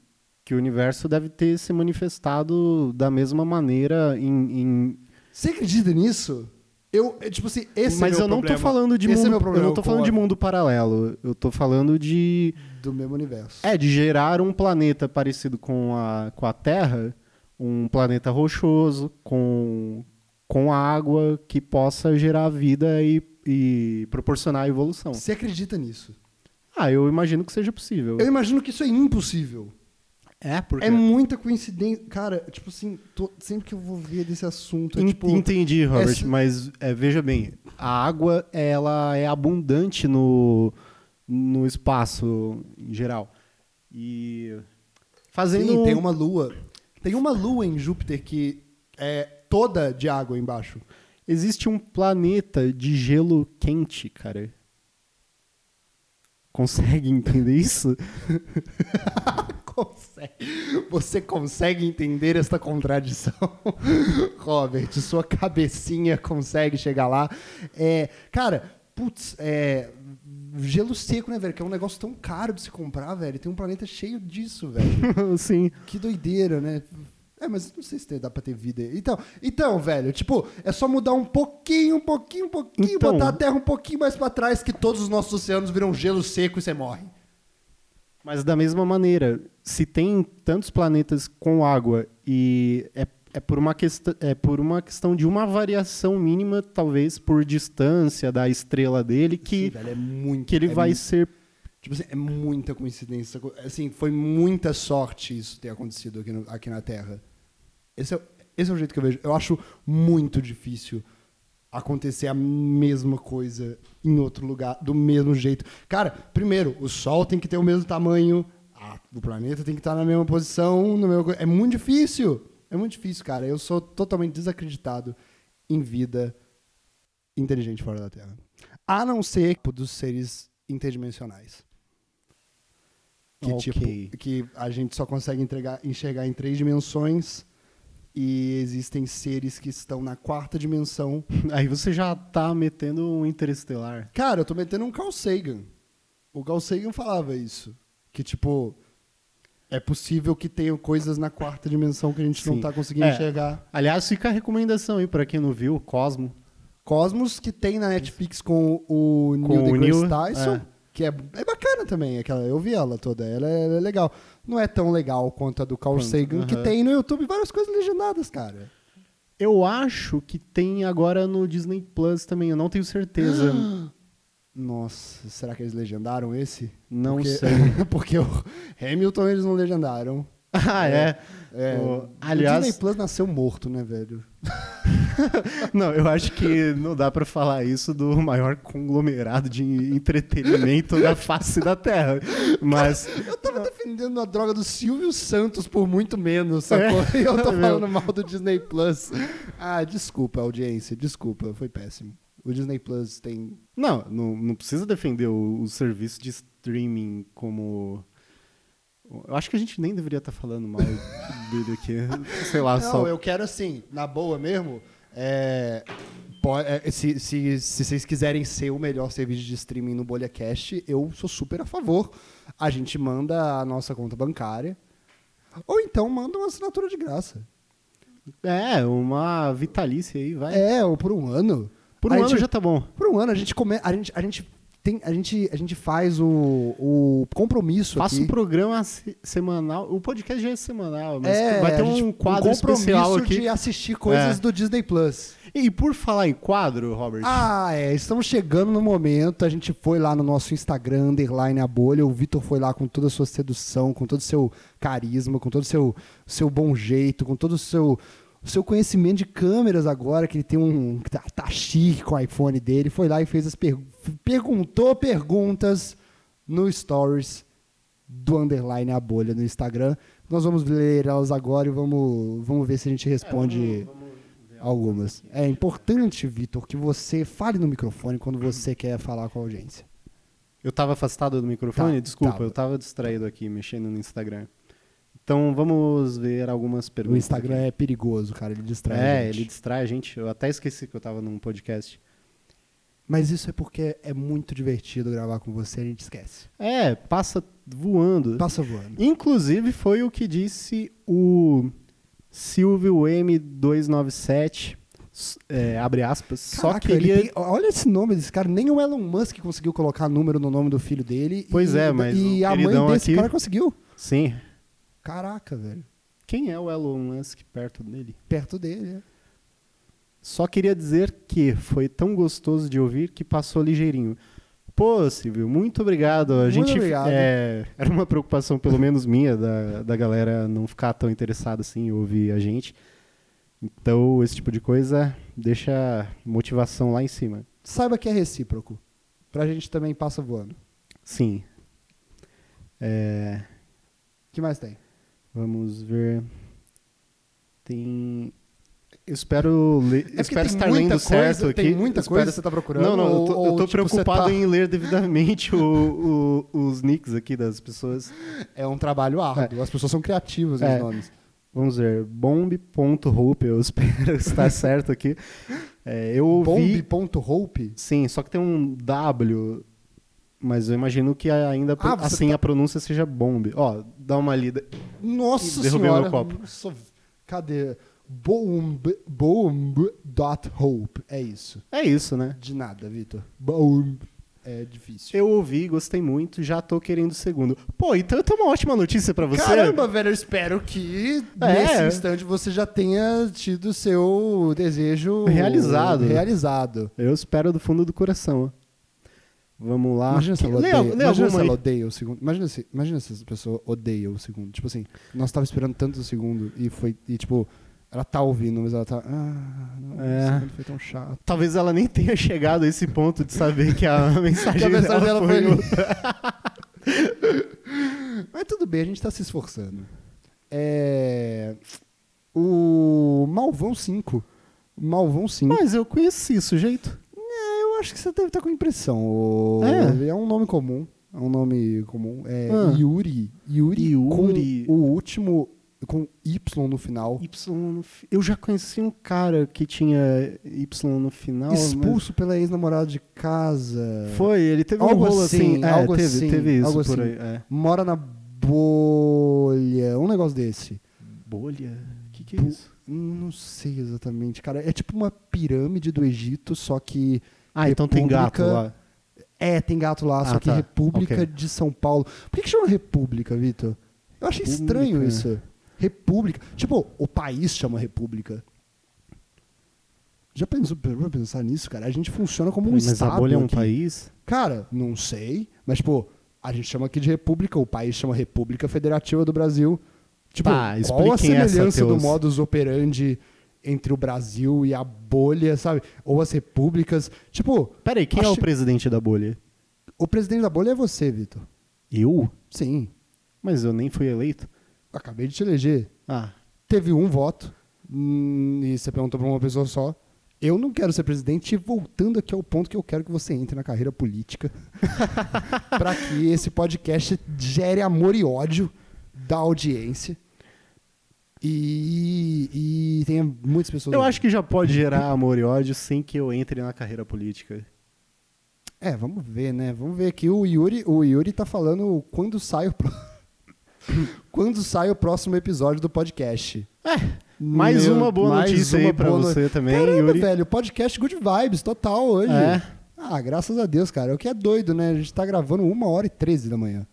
Speaker 2: que o universo deve ter se manifestado da mesma maneira em, em-
Speaker 1: Você acredita nisso? Eu, é, tipo assim, esse
Speaker 2: mas
Speaker 1: é meu
Speaker 2: eu não
Speaker 1: problema.
Speaker 2: tô falando de
Speaker 1: Esse
Speaker 2: mundo,
Speaker 1: é meu problema
Speaker 2: eu não tô
Speaker 1: com
Speaker 2: falando
Speaker 1: a-
Speaker 2: de mundo paralelo, eu tô falando de
Speaker 1: do mesmo universo.
Speaker 2: É, de gerar um planeta parecido com a, com a Terra, um planeta rochoso, com, com água que possa gerar vida e, e proporcionar a evolução.
Speaker 1: Você acredita nisso?
Speaker 2: Ah, eu imagino que seja possível.
Speaker 1: Eu imagino que isso é impossível.
Speaker 2: É, porque...
Speaker 1: É muita coincidência. Cara, tipo assim, tô- sempre que eu vou ver desse assunto, é tipo.
Speaker 2: Entendi, Robert,
Speaker 1: essa-
Speaker 2: mas é, veja bem, a água ela é abundante no, no espaço em geral. E fazendo
Speaker 1: Sim, tem
Speaker 2: um-
Speaker 1: uma lua. Tem uma lua em Júpiter que é toda de água embaixo.
Speaker 2: Existe um planeta de gelo quente, cara. Consegue entender isso?
Speaker 1: Consegue- Você consegue entender esta contradição? Robert, sua cabecinha consegue chegar lá. É, cara, putz, é, gelo seco, né, velho? Que é um negócio tão caro de se comprar, velho. Tem um planeta cheio disso, velho.
Speaker 2: Sim.
Speaker 1: Que doideira, né? É, mas não sei se tem- dá pra ter vida. Então, então, velho, tipo, é só mudar um pouquinho, um pouquinho, um pouquinho,
Speaker 2: Então-
Speaker 1: botar a terra um pouquinho mais pra trás que todos os nossos oceanos viram gelo seco e você morre.
Speaker 2: Mas da mesma maneira, se tem tantos planetas com água e é, é, por, uma questão, é por uma questão de uma variação mínima, talvez por distância da estrela dele,
Speaker 1: Sim,
Speaker 2: que,
Speaker 1: velho, é muito,
Speaker 2: que ele
Speaker 1: é
Speaker 2: vai ser.
Speaker 1: Tipo assim, é muita coincidência. Assim, foi muita sorte isso ter acontecido aqui, no- aqui na Terra. Esse é, esse é o jeito que eu vejo. Eu acho muito difícil acontecer a mesma coisa em outro lugar, do mesmo jeito. Cara, primeiro, o Sol tem que ter o mesmo tamanho, a- o planeta tem que estar na mesma posição, no mesmo, co- é muito difícil. É muito difícil, cara. Eu sou totalmente desacreditado em vida inteligente fora da Terra. A não ser dos seres interdimensionais. Que,
Speaker 2: Ok.
Speaker 1: tipo, que a gente só consegue entregar- enxergar em três dimensões e existem seres que estão na quarta dimensão.
Speaker 2: Aí você já tá metendo um interestelar.
Speaker 1: Cara, eu tô metendo um Carl Sagan. O Carl Sagan falava isso. Que, tipo, é possível que tenham coisas na quarta dimensão que a gente não
Speaker 2: Sim.
Speaker 1: tá conseguindo
Speaker 2: É.
Speaker 1: enxergar.
Speaker 2: Aliás, fica a recomendação aí para quem não viu, Cosmo.
Speaker 1: Cosmos, que tem na Netflix com o
Speaker 2: Com
Speaker 1: Neil
Speaker 2: o
Speaker 1: deGrasse
Speaker 2: Neil,
Speaker 1: Tyson,
Speaker 2: é.
Speaker 1: que é, é bacana também. Aquela, eu vi ela toda, ela é, ela é legal. Não é tão legal quanto a do Carl
Speaker 2: Quanto,
Speaker 1: Sagan, que
Speaker 2: aham.
Speaker 1: tem no YouTube várias coisas legendadas, cara.
Speaker 2: Eu acho que tem agora no Disney Plus também, eu não tenho certeza.
Speaker 1: Nossa, será que eles legendaram esse?
Speaker 2: Não
Speaker 1: Porque-
Speaker 2: sei.
Speaker 1: porque o Hamilton eles não legendaram.
Speaker 2: ah, é.
Speaker 1: É,
Speaker 2: O-
Speaker 1: o Disney
Speaker 2: aliás,
Speaker 1: Plus nasceu morto, né, velho?
Speaker 2: não, eu acho que não dá pra falar isso do maior conglomerado de entretenimento da face da Terra. Mas
Speaker 1: Eu tava defendendo a droga do Silvio Santos por muito menos, sacou? E eu tô
Speaker 2: É mesmo.
Speaker 1: falando mal do Disney Plus. Ah, desculpa, audiência, desculpa, foi péssimo. O Disney Plus tem.
Speaker 2: não, não, não precisa defender o, o serviço de streaming como eu acho que a gente nem deveria estar falando mal dele aqui. Sei lá, Ah, só.
Speaker 1: Não, eu quero assim, na boa mesmo. é, po- é, se, se- se vocês quiserem ser o melhor serviço de streaming no BolhaCast, eu sou super a favor. A gente manda a nossa conta bancária. Ou então manda uma assinatura de graça.
Speaker 2: É, uma vitalícia aí, vai.
Speaker 1: É, ou por um ano.
Speaker 2: Por um
Speaker 1: A
Speaker 2: ano
Speaker 1: gente-
Speaker 2: já tá bom.
Speaker 1: Por um ano, a gente, come... a gente, a gente, tem... a gente, a gente faz o, o compromisso
Speaker 2: Faça
Speaker 1: aqui.
Speaker 2: um programa se- semanal. O podcast já é semanal, mas
Speaker 1: É,
Speaker 2: vai ter
Speaker 1: a gente-
Speaker 2: um quadro
Speaker 1: compromisso
Speaker 2: especial aqui.
Speaker 1: de assistir coisas
Speaker 2: É.
Speaker 1: do Disney Plus.
Speaker 2: E por falar em quadro, Robert,
Speaker 1: Ah, é, estamos chegando no momento. A gente foi lá no nosso Instagram, underline a bolha. O Vitor foi lá com toda a sua sedução, com todo o seu carisma, com todo o seu, seu bom jeito, com todo o seu, seu conhecimento de câmeras agora, que ele tem um. Tá, tá chique com o iPhone dele. Foi lá e fez as per- perguntou perguntas no Stories do underline a bolha no Instagram. Nós vamos ler elas agora e vamos, vamos ver se a gente responde algumas. É importante, Vitor, que você fale no microfone quando você quer falar com a audiência.
Speaker 2: eu tava afastado do microfone,
Speaker 1: Tá,
Speaker 2: desculpa,
Speaker 1: tava.
Speaker 2: eu tava distraído aqui, mexendo no Instagram. Então vamos ver algumas
Speaker 1: O
Speaker 2: perguntas.
Speaker 1: Instagram
Speaker 2: aqui.
Speaker 1: é perigoso, cara, ele distrai. a
Speaker 2: É,
Speaker 1: gente.
Speaker 2: ele distrai a gente. Eu até esqueci que eu tava num podcast.
Speaker 1: Mas isso é porque é muito divertido gravar com você, a gente esquece.
Speaker 2: É, passa voando.
Speaker 1: Passa voando.
Speaker 2: Inclusive, foi o que disse o Silvio M297, s- é, abre aspas, só
Speaker 1: Caraca,
Speaker 2: queria...
Speaker 1: ele tem- Olha esse nome desse cara. Nem o Elon Musk conseguiu colocar número no nome do filho dele.
Speaker 2: Pois
Speaker 1: e,
Speaker 2: é, mas
Speaker 1: E
Speaker 2: o
Speaker 1: a mãe
Speaker 2: queridão
Speaker 1: desse
Speaker 2: aqui-
Speaker 1: cara conseguiu.
Speaker 2: Sim.
Speaker 1: Caraca, velho.
Speaker 2: Quem é o Elon Musk perto dele?
Speaker 1: Perto dele, é.
Speaker 2: Só queria dizer que foi tão gostoso de ouvir que passou ligeirinho. Pô, Silvio, muito obrigado. A
Speaker 1: Muito
Speaker 2: gente
Speaker 1: obrigado.
Speaker 2: é, era uma preocupação, pelo menos minha, da, da galera não ficar tão interessada assim em ouvir a gente. Então, esse tipo de coisa deixa motivação lá em cima.
Speaker 1: Saiba que é recíproco. Pra gente também passa voando.
Speaker 2: Sim. É,
Speaker 1: O que mais tem?
Speaker 2: vamos ver. Tem. Eu espero, le-
Speaker 1: É porque
Speaker 2: espero
Speaker 1: tem
Speaker 2: estar
Speaker 1: muita
Speaker 2: lendo
Speaker 1: coisa-
Speaker 2: certo aqui.
Speaker 1: Tem muita
Speaker 2: Espero
Speaker 1: coisa que você tá procurando?
Speaker 2: Não, não, eu
Speaker 1: ou-
Speaker 2: tô, eu
Speaker 1: ou,
Speaker 2: tô
Speaker 1: tipo, você
Speaker 2: preocupado
Speaker 1: tá-
Speaker 2: em ler devidamente o- o- os nicks aqui das pessoas.
Speaker 1: É um trabalho árduo. As pessoas são criativas nos
Speaker 2: É.
Speaker 1: nomes.
Speaker 2: Vamos ver, bomb.hope, eu espero estar certo aqui. É, eu ouvi...
Speaker 1: Bomb.hope?
Speaker 2: Sim, só que tem um W, mas eu imagino que ainda
Speaker 1: Ah, você
Speaker 2: assim a pronúncia seja bomb. Ó, dá uma lida.
Speaker 1: Nossa
Speaker 2: Derrubei
Speaker 1: senhora.
Speaker 2: meu copo.
Speaker 1: Nossa, cadê? Bomb, bomb dot hope. É isso.
Speaker 2: É isso, né?
Speaker 1: De nada, Vitor. Bomb. É difícil.
Speaker 2: Eu ouvi, gostei muito, já tô querendo o segundo. Pô, então eu tenho uma ótima notícia pra você.
Speaker 1: Caramba, velho, eu espero que
Speaker 2: É.
Speaker 1: nesse instante você já tenha tido seu desejo
Speaker 2: Realizado.
Speaker 1: Realizado.
Speaker 2: Eu espero do fundo do coração, ó. Vamos lá.
Speaker 1: Imagina se
Speaker 2: Que-
Speaker 1: ela
Speaker 2: lê-
Speaker 1: odeia,
Speaker 2: lê
Speaker 1: imagina se
Speaker 2: Ah, alguma aí.
Speaker 1: ela odeia o segundo. Imagina se, imagina se essa pessoa odeia o segundo. Tipo assim, nós tava esperando tanto o segundo e foi. E tipo, ela tá ouvindo, mas ela tá. Ah, não,
Speaker 2: É.
Speaker 1: o segundo foi tão chato.
Speaker 2: Talvez ela nem tenha chegado a esse ponto de saber que a mensagem,
Speaker 1: Que a mensagem dela
Speaker 2: dela foi... um-
Speaker 1: foi- Mas tudo bem, a gente tá se esforçando. É. O Malvão 5. Malvão 5.
Speaker 2: Mas eu conheci o sujeito.
Speaker 1: É, eu acho que você deve estar com impressão. ô-
Speaker 2: É?
Speaker 1: É? um nome comum. É um nome comum. É
Speaker 2: Ah.
Speaker 1: Yuri. Yuri.
Speaker 2: Yuri.
Speaker 1: Com o último. Com Y no final.
Speaker 2: Y no fi- Eu já conheci um cara que tinha Y no final. mas-
Speaker 1: expulso pela ex-namorada de casa.
Speaker 2: Foi, ele teve
Speaker 1: Algo
Speaker 2: um rolo assim.
Speaker 1: assim,
Speaker 2: é,
Speaker 1: algo
Speaker 2: teve,
Speaker 1: assim,
Speaker 2: teve isso
Speaker 1: algo
Speaker 2: por
Speaker 1: assim.
Speaker 2: aí. é.
Speaker 1: Mora na bolha. Um negócio desse.
Speaker 2: Bolha? O que, que é
Speaker 1: Bu-
Speaker 2: isso?
Speaker 1: Não sei exatamente, cara. É tipo uma pirâmide do Egito, só que.
Speaker 2: Ah, então tem gato
Speaker 1: República-
Speaker 2: lá.
Speaker 1: É, tem gato lá, só
Speaker 2: Ah,
Speaker 1: que
Speaker 2: tá.
Speaker 1: República
Speaker 2: Ok.
Speaker 1: de São Paulo. Por que, que chama República, Vitor? Eu achei
Speaker 2: República.
Speaker 1: estranho isso. República. Tipo, o país chama República. Já pensou pra pensar nisso, cara? A gente funciona como um
Speaker 2: Mas
Speaker 1: estado.
Speaker 2: a bolha é um
Speaker 1: aqui.
Speaker 2: país?
Speaker 1: Cara, não sei, mas pô, a gente chama aqui de república, o país chama República Federativa do Brasil. Tipo,
Speaker 2: Tá,
Speaker 1: qual a
Speaker 2: expliquem essa,
Speaker 1: semelhança do
Speaker 2: Teus.
Speaker 1: modus operandi entre o Brasil e a bolha, sabe? Ou as repúblicas. Tipo,
Speaker 2: Peraí, quem é o
Speaker 1: Acho-
Speaker 2: presidente da bolha?
Speaker 1: o presidente da bolha é você, Vitor.
Speaker 2: Eu?
Speaker 1: Sim,
Speaker 2: Mas eu nem fui eleito.
Speaker 1: acabei de te eleger.
Speaker 2: Ah,
Speaker 1: Teve um voto hum, e você perguntou pra uma pessoa só. Eu não quero ser presidente, e voltando aqui ao ponto que eu quero que você entre na carreira política. pra que esse podcast gere amor e ódio da audiência. E, e tenha muitas pessoas.
Speaker 2: eu acho que já pode gerar amor e ódio sem que eu entre na carreira política.
Speaker 1: É, vamos ver, né? Vamos ver aqui. O Yuri, o Yuri tá falando quando sai o. pro- quando sai o próximo episódio do podcast.
Speaker 2: É, mais
Speaker 1: Meu-
Speaker 2: uma boa
Speaker 1: mais
Speaker 2: notícia aí
Speaker 1: uma
Speaker 2: pra
Speaker 1: boa
Speaker 2: você
Speaker 1: no-
Speaker 2: também,
Speaker 1: Caramba,
Speaker 2: Yuri.
Speaker 1: velho, podcast Good Vibes, total hoje.
Speaker 2: É.
Speaker 1: Ah, graças a Deus, cara. O que é doido, né? A gente tá gravando uma hora e 13 da manhã.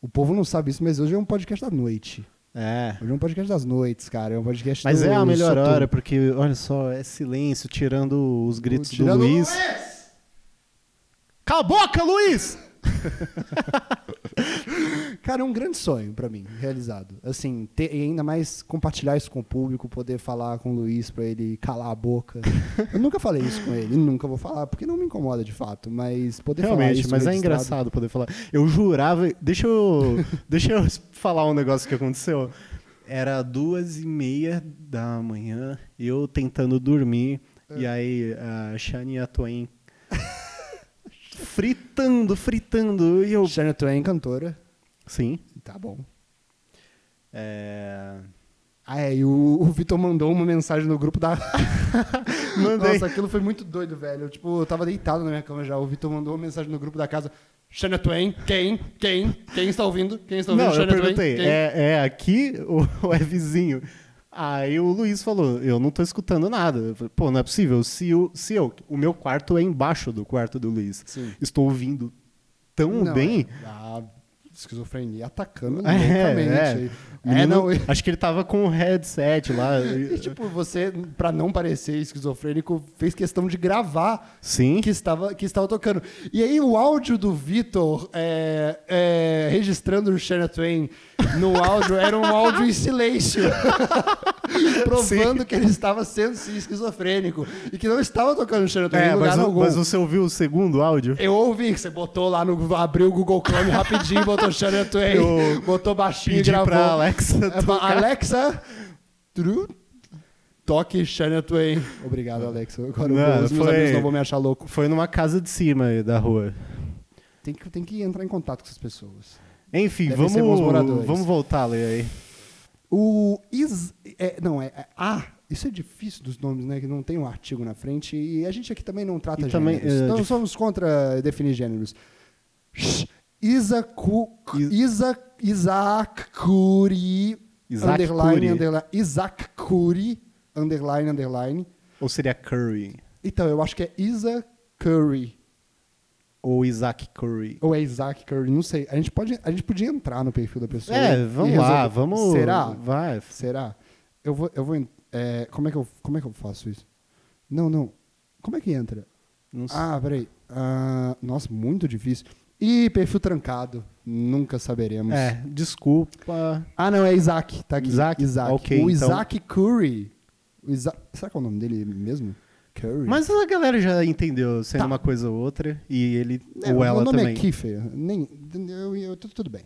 Speaker 1: O povo não sabe isso, mas hoje é um podcast da noite.
Speaker 2: É.
Speaker 1: Hoje é um podcast das noites, cara. É um podcast
Speaker 2: Mas
Speaker 1: do-
Speaker 2: é a
Speaker 1: do
Speaker 2: melhor
Speaker 1: Soturno.
Speaker 2: hora, porque, olha só, é silêncio, tirando os gritos do
Speaker 1: Tirando o
Speaker 2: Luiz. Cala a boca, Luiz!
Speaker 1: Cara, é um grande sonho pra mim, realizado. Assim, ter, e ainda mais compartilhar isso com o público, poder falar com o Luiz pra ele calar a boca. Eu nunca falei isso com ele, nunca vou falar, porque não me incomoda de fato, mas poder falar
Speaker 2: Realmente,
Speaker 1: isso
Speaker 2: mas é
Speaker 1: registrado-
Speaker 2: engraçado poder falar. Eu jurava. Deixa eu, deixa eu falar um negócio que aconteceu. Era duas e meia da manhã, eu tentando dormir,
Speaker 1: É.
Speaker 2: e aí a Shani e a Twain fritando, fritando, e eu.
Speaker 1: Shania é tá Twain, cantora.
Speaker 2: Sim.
Speaker 1: Tá bom.
Speaker 2: É...
Speaker 1: Ah, é, e o, o Vitor mandou uma mensagem no grupo da.
Speaker 2: Mandei.
Speaker 1: Nossa, aquilo foi muito doido, velho. Eu, tipo, eu tava deitado na minha cama já. O Vitor mandou uma mensagem no grupo da casa. Shania Twain, quem? Quem? Quem está ouvindo? Quem está ouvindo?
Speaker 2: Não, eu
Speaker 1: Shania Twain?
Speaker 2: perguntei,
Speaker 1: Quem?"
Speaker 2: é, é aqui ou é vizinho? Aí o Luiz falou, eu não tô escutando nada. Eu falei, Pô, não é possível. Se, o, se eu, o meu quarto é embaixo do quarto do Luiz,
Speaker 1: Sim.
Speaker 2: estou ouvindo tão
Speaker 1: Não,
Speaker 2: bem.
Speaker 1: é, A esquizofrenia atacando
Speaker 2: É,
Speaker 1: loucamente.
Speaker 2: O
Speaker 1: É,
Speaker 2: menino-
Speaker 1: não. E,
Speaker 2: Acho que ele tava com o headset lá.
Speaker 1: e, tipo, você, pra não parecer esquizofrênico, fez questão de gravar
Speaker 2: Sim.
Speaker 1: que estava, que estava tocando. E aí o áudio do Vitor é, é, registrando o Shania Twain no áudio era um áudio em silêncio. provando que ele estava sendo sim, esquizofrênico. E que não estava tocando Shania Twain
Speaker 2: É,
Speaker 1: em lugar
Speaker 2: mas, o-
Speaker 1: algum.
Speaker 2: mas você ouviu o segundo áudio?
Speaker 1: Eu ouvi que você botou lá no. abriu o Google Chrome rapidinho, botou Shania Twain,
Speaker 2: Eu
Speaker 1: botou baixinho e
Speaker 2: Pedi
Speaker 1: gravou.
Speaker 2: pra Alexa
Speaker 1: É, ba-
Speaker 2: tocar.
Speaker 1: Alexa. tru- Toque Shania Twain. Obrigado, Alexa. Agora
Speaker 2: Não,
Speaker 1: os meus
Speaker 2: foi-
Speaker 1: amigos não vão me achar louco.
Speaker 2: Foi numa casa de cima aí da rua.
Speaker 1: Tem que, tem que entrar em contato com essas pessoas.
Speaker 2: Enfim,
Speaker 1: Devem ser bons
Speaker 2: vamos,
Speaker 1: moradores.
Speaker 2: vamos voltar a ler aí.
Speaker 1: O Is. é, não, é, é. Ah, isso é difícil dos nomes, né? Que não tem um artigo na frente. E a gente aqui também não trata
Speaker 2: E
Speaker 1: de
Speaker 2: também,
Speaker 1: gêneros.
Speaker 2: é,
Speaker 1: não
Speaker 2: dif-
Speaker 1: somos contra definir gêneros. Sh- Isacu, Isa, Isaac Curi.
Speaker 2: Isaac
Speaker 1: underline,
Speaker 2: Cury.
Speaker 1: underline. Isaac Curi. Underline, underline.
Speaker 2: Ou seria Curry?
Speaker 1: Então, eu acho que é Isa Curry.
Speaker 2: Ou Isaac Curry?
Speaker 1: Ou é Isaac Curry, não sei. A gente, pode, a gente podia entrar no perfil da pessoa.
Speaker 2: É,
Speaker 1: e
Speaker 2: vamos lá,
Speaker 1: resolver.
Speaker 2: vamos.
Speaker 1: Será?
Speaker 2: Vai.
Speaker 1: Será? Eu vou. Eu vou en- é, como, é que eu, como é que eu faço isso? Não, não. Como é que entra?
Speaker 2: Não sei.
Speaker 1: Ah, peraí. Ah, nossa, muito difícil. Ih, perfil trancado. Nunca saberemos.
Speaker 2: É, desculpa.
Speaker 1: Ah, não, é Isaac. Tá aqui.
Speaker 2: Isaac?
Speaker 1: Isaac.
Speaker 2: Ok,
Speaker 1: o
Speaker 2: então-
Speaker 1: Isaac Curry. O Isa- Será que é o nome dele mesmo? Curry.
Speaker 2: Mas a galera já entendeu sendo
Speaker 1: Tá.
Speaker 2: uma coisa ou outra. E ele.
Speaker 1: É,
Speaker 2: ou ela
Speaker 1: meu nome
Speaker 2: também.
Speaker 1: é Kiefer. Nem, eu, eu- tu- tudo bem.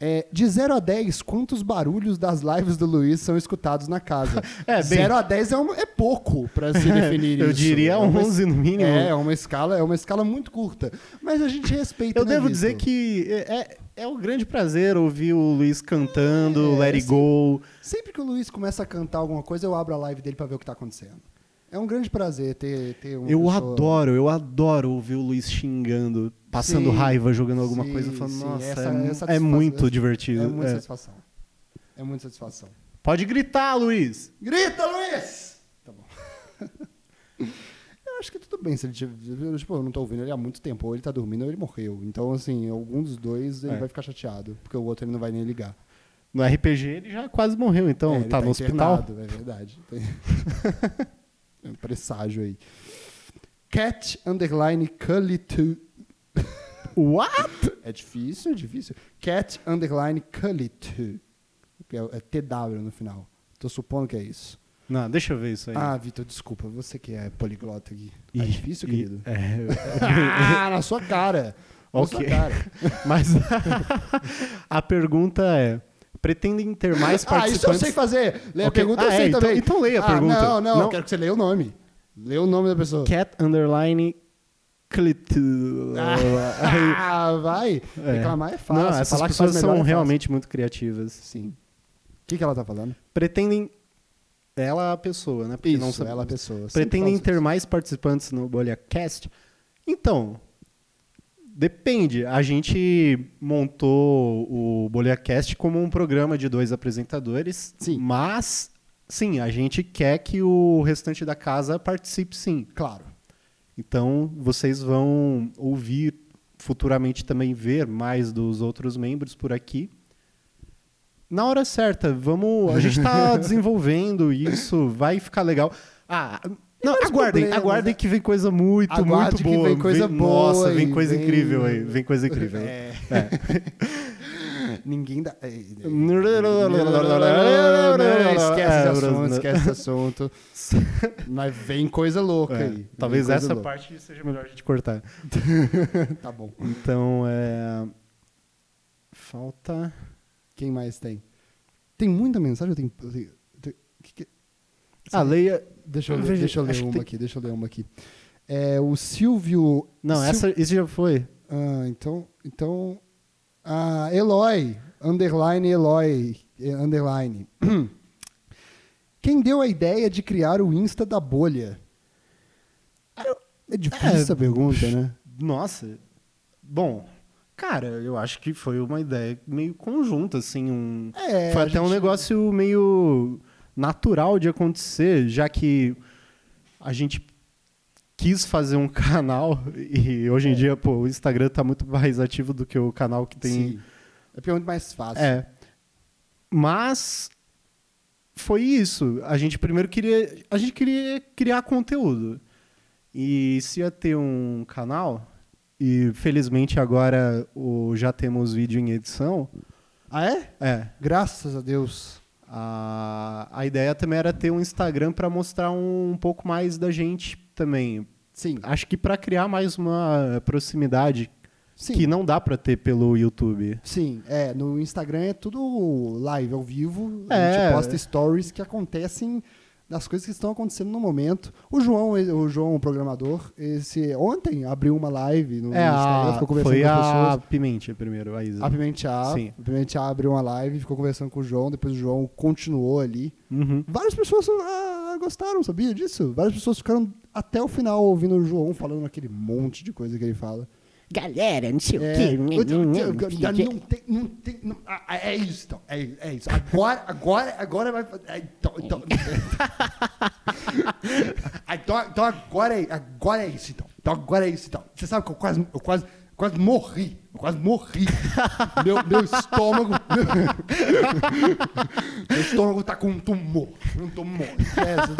Speaker 1: É, de 0 a 10, quantos barulhos das lives do Luiz são escutados na casa?
Speaker 2: É, bem-
Speaker 1: 0 a 10 é, um- é pouco pra se definir
Speaker 2: Eu
Speaker 1: isso.
Speaker 2: diria
Speaker 1: é uma,
Speaker 2: 11 no mínimo.
Speaker 1: É, é uma escala, é uma escala muito curta. Mas a gente respeita.
Speaker 2: Eu
Speaker 1: né,
Speaker 2: devo
Speaker 1: Vitor?
Speaker 2: dizer que é, é- é um grande prazer ouvir o Luiz cantando,
Speaker 1: É,
Speaker 2: Let It Go.
Speaker 1: Sempre que o Luiz começa a cantar alguma coisa, eu abro a live dele pra ver o que tá acontecendo. É um grande prazer ter, ter um.
Speaker 2: Eu adoro, eu adoro ouvir o Luiz xingando, passando
Speaker 1: Sim,
Speaker 2: raiva, jogando alguma
Speaker 1: sim,
Speaker 2: coisa. Falando,
Speaker 1: sim,
Speaker 2: nossa,
Speaker 1: essa-
Speaker 2: é,
Speaker 1: é
Speaker 2: mu- é
Speaker 1: satisfação-
Speaker 2: muito
Speaker 1: é-
Speaker 2: divertido.
Speaker 1: É muita
Speaker 2: é.
Speaker 1: satisfação. É muita satisfação.
Speaker 2: Pode gritar, Luiz!
Speaker 1: Grita, Luiz! Tá bom. eu acho que tudo bem se ele tiver. Tipo, eu não tô ouvindo ele há muito tempo. Ou ele tá dormindo ou ele morreu. Então, assim, algum dos dois ele
Speaker 2: É.
Speaker 1: vai ficar chateado. Porque o outro ele não vai nem ligar.
Speaker 2: No RPG ele já quase morreu, então
Speaker 1: É, ele
Speaker 2: tá no hospital.
Speaker 1: internado, É verdade. Tem- é um presságio aí. Cat underline curly to.
Speaker 2: What?
Speaker 1: É difícil, é difícil. Cat underline curly to. Que É, é TW no final. Tô supondo que é isso.
Speaker 2: Não, deixa eu ver isso aí.
Speaker 1: Ah, Vitor, desculpa. Você que é poliglota aqui. É
Speaker 2: Ih,
Speaker 1: difícil,
Speaker 2: ih,
Speaker 1: querido?
Speaker 2: é.
Speaker 1: Ah, na sua cara. Na
Speaker 2: Ok.
Speaker 1: sua cara.
Speaker 2: Mas a pergunta é: pretendem ter mais
Speaker 1: Ah,
Speaker 2: participantes?
Speaker 1: isso eu sei fazer. Lê a
Speaker 2: Ok.
Speaker 1: pergunta, eu
Speaker 2: Ah, é,
Speaker 1: sei
Speaker 2: então-
Speaker 1: também.
Speaker 2: então leia a
Speaker 1: Ah,
Speaker 2: pergunta.
Speaker 1: Não, não,
Speaker 2: Não.
Speaker 1: eu quero que você leia o nome. Lê o nome da pessoa.
Speaker 2: Cat underline clit.
Speaker 1: Ah, vai.
Speaker 2: É.
Speaker 1: Reclamar é fácil.
Speaker 2: Não, essas
Speaker 1: falar que
Speaker 2: pessoas
Speaker 1: faz melhor é
Speaker 2: são
Speaker 1: fácil.
Speaker 2: realmente muito criativas.
Speaker 1: Sim. O que, que ela tá falando?
Speaker 2: Pretendem. Ela a pessoa, né? Porque
Speaker 1: Isso,
Speaker 2: não sabe-
Speaker 1: ela, a pessoa. Sempre
Speaker 2: Pretendem
Speaker 1: falo
Speaker 2: ter
Speaker 1: Assim isso.
Speaker 2: mais participantes no Bolha Cast? Então, depende. A gente montou o Bolha Cast como um programa de dois apresentadores,
Speaker 1: Sim.
Speaker 2: mas sim, a gente quer que o restante da casa participe sim.
Speaker 1: Claro.
Speaker 2: Então, vocês vão ouvir futuramente também ver mais dos outros membros por aqui. Na hora certa, vamos. A gente está desenvolvendo isso, vai ficar legal. Ah, não,
Speaker 1: vários
Speaker 2: aguardem,
Speaker 1: problemas,
Speaker 2: aguardem
Speaker 1: né?
Speaker 2: que vem coisa muito,
Speaker 1: Aguarde
Speaker 2: muito
Speaker 1: que
Speaker 2: boa.
Speaker 1: vem coisa boa
Speaker 2: Nossa, vem
Speaker 1: e
Speaker 2: coisa
Speaker 1: vem-
Speaker 2: incrível aí, vem coisa incrível.
Speaker 1: É.
Speaker 2: É.
Speaker 1: Ninguém dá. Esquece esse
Speaker 2: é,
Speaker 1: assunto, esquece esse assunto. Mas vem coisa louca
Speaker 2: É,
Speaker 1: aí. Vem
Speaker 2: Talvez
Speaker 1: coisa
Speaker 2: essa
Speaker 1: louca.
Speaker 2: parte seja melhor a gente cortar.
Speaker 1: Tá bom.
Speaker 2: Então, é. Falta.
Speaker 1: Quem mais tem? Tem muita mensagem? Eu tenho. eu tenho- eu tenho- que que-
Speaker 2: Ah, leia.
Speaker 1: Deixa eu ler,
Speaker 2: Veja,
Speaker 1: deixa eu ler
Speaker 2: acho que
Speaker 1: uma
Speaker 2: tem-
Speaker 1: aqui, deixa eu ler uma aqui. É, o Silvio.
Speaker 2: Não,
Speaker 1: Sil-
Speaker 2: essa, isso já foi.
Speaker 1: Ah, então. então ah, Eloy. Underline Eloy. eh, Underline. Quem deu a ideia de criar o Insta da bolha? É difícil
Speaker 2: É.
Speaker 1: essa pergunta, né?
Speaker 2: Nossa. Bom, cara, eu acho que foi uma ideia meio conjunta, assim. Um...
Speaker 1: É,
Speaker 2: foi
Speaker 1: a
Speaker 2: até um
Speaker 1: gente-
Speaker 2: negócio meio natural de acontecer, já que a gente quis fazer um canal e
Speaker 1: É.
Speaker 2: hoje em dia, pô, o Instagram tá muito mais ativo do que o canal que tem.
Speaker 1: Sim. É porque é muito mais fácil.
Speaker 2: É. Mas foi isso. A gente primeiro queria, a gente queria criar conteúdo. E se ia ter um canal, e felizmente agora o, já temos vídeo em edição,
Speaker 1: Ah, é?
Speaker 2: é.
Speaker 1: Graças a Deus.
Speaker 2: A, a ideia também era ter um Instagram para mostrar um, um pouco mais da gente também.
Speaker 1: Sim.
Speaker 2: Acho que para criar mais uma proximidade
Speaker 1: Sim.
Speaker 2: que não dá para ter pelo YouTube.
Speaker 1: Sim, é. No Instagram é tudo live, ao vivo. A
Speaker 2: É.
Speaker 1: gente posta stories que acontecem das coisas que estão acontecendo no momento. O João, o João, o programador, esse ontem abriu uma live no
Speaker 2: é,
Speaker 1: Instagram,
Speaker 2: a,
Speaker 1: ficou conversando
Speaker 2: foi
Speaker 1: com as
Speaker 2: a
Speaker 1: pessoas.
Speaker 2: Pimentia primeiro, a Isa.
Speaker 1: A Pimentear,
Speaker 2: Sim.
Speaker 1: a Pimentear abriu uma live, ficou conversando com o João, depois o João continuou ali.
Speaker 2: Uhum.
Speaker 1: Várias pessoas ah, gostaram, sabia disso? Várias pessoas ficaram até o final ouvindo o João falando aquele monte de coisa que ele fala.
Speaker 3: Galera, não
Speaker 1: É,
Speaker 3: sei o quê.
Speaker 1: eu- eu- eu- eu- não tem, não tem, não- ah, ah, é isso, então, é, é isso. Agora, agora, agora vai, fa- é, então, então, Ah, então, então agora é, agora é isso, então. Então agora é isso, então. Você sabe que eu quase, eu quase, eu quase morri, eu quase morri. meu, meu estômago, meu estômago tá com um tumor, um tumor. É, você-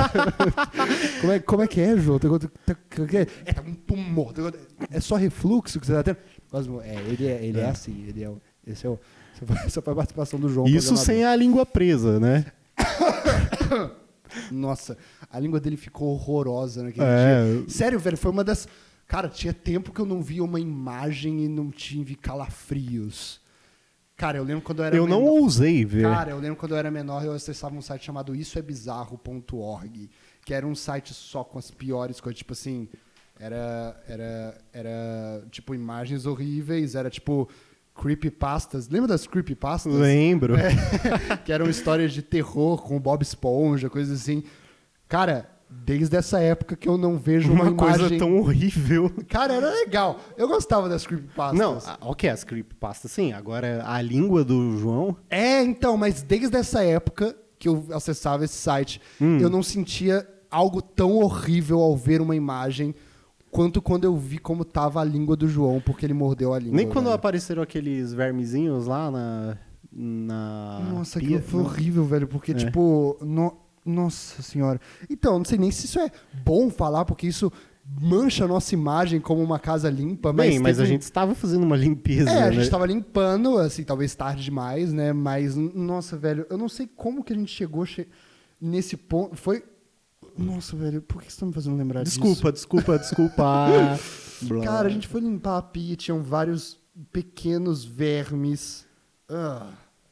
Speaker 1: como, é, como é que é, João? Tá, tá- tá- que é? é, tá com um tumor. Tá- é só refluxo que você tá tendo? Quase mo- é, ele é, ele é, assim, ele é, o- esse é o, essa foi- essa foi a participação do João.
Speaker 2: Isso
Speaker 1: programador.
Speaker 2: sem a língua presa, né?
Speaker 1: Nossa, a língua dele ficou horrorosa naquele
Speaker 2: É.
Speaker 1: dia. Sério, velho, foi uma das. Cara, tinha tempo que eu não via uma imagem e não tive calafrios. Cara, eu lembro quando eu era
Speaker 2: eu não
Speaker 1: menor-
Speaker 2: ousei ver.
Speaker 1: Cara, eu lembro quando eu era menor, eu acessava um site chamado issoebizarro.org, que era um site só com as piores coisas, tipo assim, era era era tipo imagens horríveis, era tipo creepypastas. Lembra das creepypastas?
Speaker 2: Lembro.
Speaker 1: é, que eram histórias de terror com o Bob Esponja, coisas assim. Cara, desde essa época que eu não vejo uma,
Speaker 2: Uma coisa
Speaker 1: imagem-
Speaker 2: tão horrível.
Speaker 1: Cara, era legal. Eu gostava das creepypastas.
Speaker 2: Não, a- ok, as creepypastas sim. Agora, a língua do João.
Speaker 1: É, então, mas desde essa época que eu acessava esse site,
Speaker 2: Hum.
Speaker 1: eu não sentia algo tão horrível ao ver uma imagem quanto quando eu vi como tava a língua do João, porque ele mordeu a língua.
Speaker 2: Nem quando
Speaker 1: velho.
Speaker 2: apareceram aqueles vermezinhos lá na. na
Speaker 1: Nossa,
Speaker 2: pia-
Speaker 1: aquilo foi horrível, velho,
Speaker 2: É.
Speaker 1: porque, tipo, no- nossa senhora. Então, não sei nem se isso é bom falar, porque isso mancha a nossa imagem como uma casa limpa, mas.
Speaker 2: Bem, mas
Speaker 1: teve-
Speaker 2: a gente estava fazendo uma limpeza.
Speaker 1: É, a
Speaker 2: né?
Speaker 1: gente tava limpando, assim, talvez tarde demais, né? Mas, n- nossa, velho, eu não sei como que a gente chegou che- nesse ponto. Foi. Nossa, velho, por que você tá me fazendo lembrar disso?
Speaker 2: Desculpa, desculpa, desculpa. Blá.
Speaker 1: Cara, a gente foi limpar a pia, tinham vários pequenos vermes. Ah.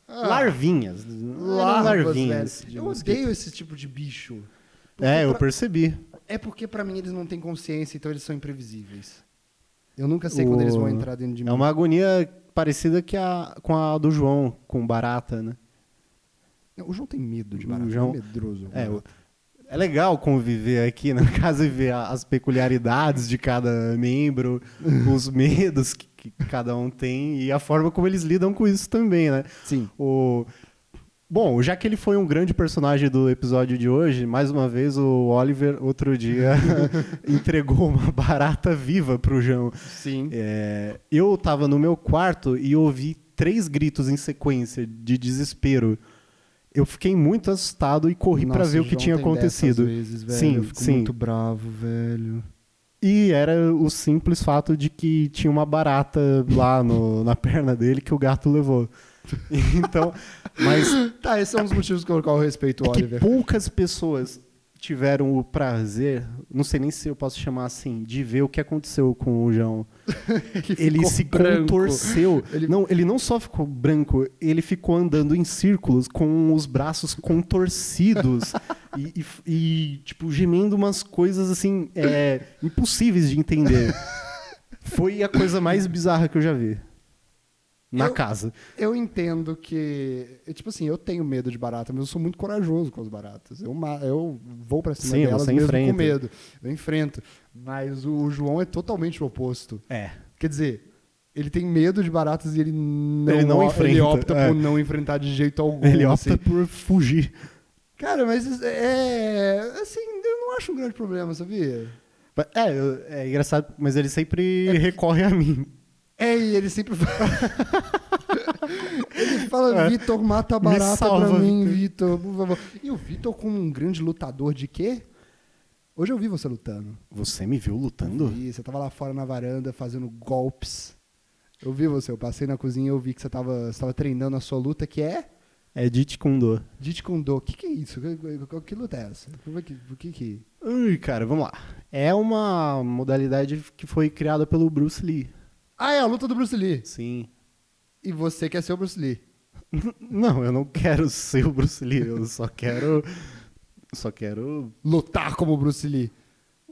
Speaker 1: Ah.
Speaker 2: Larvinhas. Eram
Speaker 1: Larvas,
Speaker 2: larvinhas.
Speaker 1: velho.
Speaker 2: de
Speaker 1: Eu
Speaker 2: mosquito.
Speaker 1: odeio esse tipo de bicho.
Speaker 2: É, eu
Speaker 1: pra-
Speaker 2: percebi.
Speaker 1: É porque pra mim eles não têm consciência, então eles são imprevisíveis. Eu nunca sei quando
Speaker 2: O-
Speaker 1: eles vão entrar dentro de mim.
Speaker 2: É uma agonia parecida que a, com a do João, com barata, né?
Speaker 1: Não, O João tem medo de
Speaker 2: O
Speaker 1: barato,
Speaker 2: João-
Speaker 1: ele é medroso.
Speaker 2: É, o-
Speaker 1: barato.
Speaker 2: é legal conviver aqui na casa e ver a- as peculiaridades de cada membro, os medos que, que cada um tem e a forma como eles lidam com isso também, né?
Speaker 1: Sim.
Speaker 2: O... Bom, já que ele foi um grande personagem do episódio de hoje, mais uma vez o Oliver, outro dia, entregou uma barata viva pro João.
Speaker 1: Sim.
Speaker 2: É, eu tava no meu quarto e ouvi três gritos em sequência de desespero. Eu fiquei muito assustado e corri
Speaker 1: Nossa,
Speaker 2: pra ver o que
Speaker 1: João
Speaker 2: tinha
Speaker 1: tem dessas
Speaker 2: acontecido.
Speaker 1: vezes, velho,
Speaker 2: Sim,
Speaker 1: eu fico
Speaker 2: sim.
Speaker 1: muito bravo, velho.
Speaker 2: E era o simples fato de que tinha uma barata lá no- na perna dele que o gato levou. Então, mas
Speaker 1: Tá, esses são os motivos que eu qual eu respeito o
Speaker 2: é que
Speaker 1: Oliver.
Speaker 2: poucas pessoas tiveram o prazer, não sei nem se eu posso chamar assim, de ver o que aconteceu com o João.
Speaker 1: Que
Speaker 2: ele
Speaker 1: ficou
Speaker 2: se
Speaker 1: branco.
Speaker 2: contorceu.
Speaker 1: Ele-
Speaker 2: Não, ele não só ficou branco, ele ficou andando em círculos com os braços contorcidos e, e f- e, tipo, gemendo umas coisas assim é, impossíveis de entender. Foi a coisa mais bizarra que eu já vi. na
Speaker 1: Eu-
Speaker 2: casa.
Speaker 1: Eu entendo que. eu, Tipo assim, eu tenho medo de barata, mas eu sou muito corajoso com as baratas. Eu, ma- eu vou pra cima
Speaker 2: Sim,
Speaker 1: delas
Speaker 2: você
Speaker 1: mesmo
Speaker 2: enfrenta.
Speaker 1: com medo. Eu enfrento. Mas o João é totalmente o oposto.
Speaker 2: É.
Speaker 1: Quer dizer, ele tem medo de baratas e ele não,
Speaker 2: Ele não
Speaker 1: o-
Speaker 2: enfrenta,
Speaker 1: Ele opta
Speaker 2: é.
Speaker 1: por não enfrentar de jeito algum.
Speaker 2: Ele opta
Speaker 1: assim.
Speaker 2: por fugir.
Speaker 1: Cara, mas isso é. Assim, eu não acho um grande problema, sabia?
Speaker 2: É, eu- é engraçado, mas ele sempre
Speaker 1: É-
Speaker 2: recorre a mim.
Speaker 1: É, e ele sempre fala. ele fala, Vitor, mata a
Speaker 2: É. Me
Speaker 1: barata
Speaker 2: salva,
Speaker 1: pra mim, Vitor, por favor. E o Vitor, como um grande lutador de quê? Hoje eu vi você lutando.
Speaker 2: Você me viu lutando?
Speaker 1: E você tava lá fora na varanda fazendo golpes. Eu vi você, eu passei na cozinha e eu vi que você tava, você tava treinando a sua luta, que é
Speaker 2: É Jeet Kune Do.
Speaker 1: Jeet Kune Do. O que, que é isso? Que, que- que luta é essa? Como é que- O que que...
Speaker 2: Ui, cara, vamos lá. É uma modalidade que foi criada pelo Bruce Lee.
Speaker 1: Ah, é a luta do Bruce Lee.
Speaker 2: Sim.
Speaker 1: E você quer ser o Bruce Lee.
Speaker 2: Não, eu não quero ser o Bruce Lee, eu só quero. Só quero.
Speaker 1: Lutar como o Bruce Lee.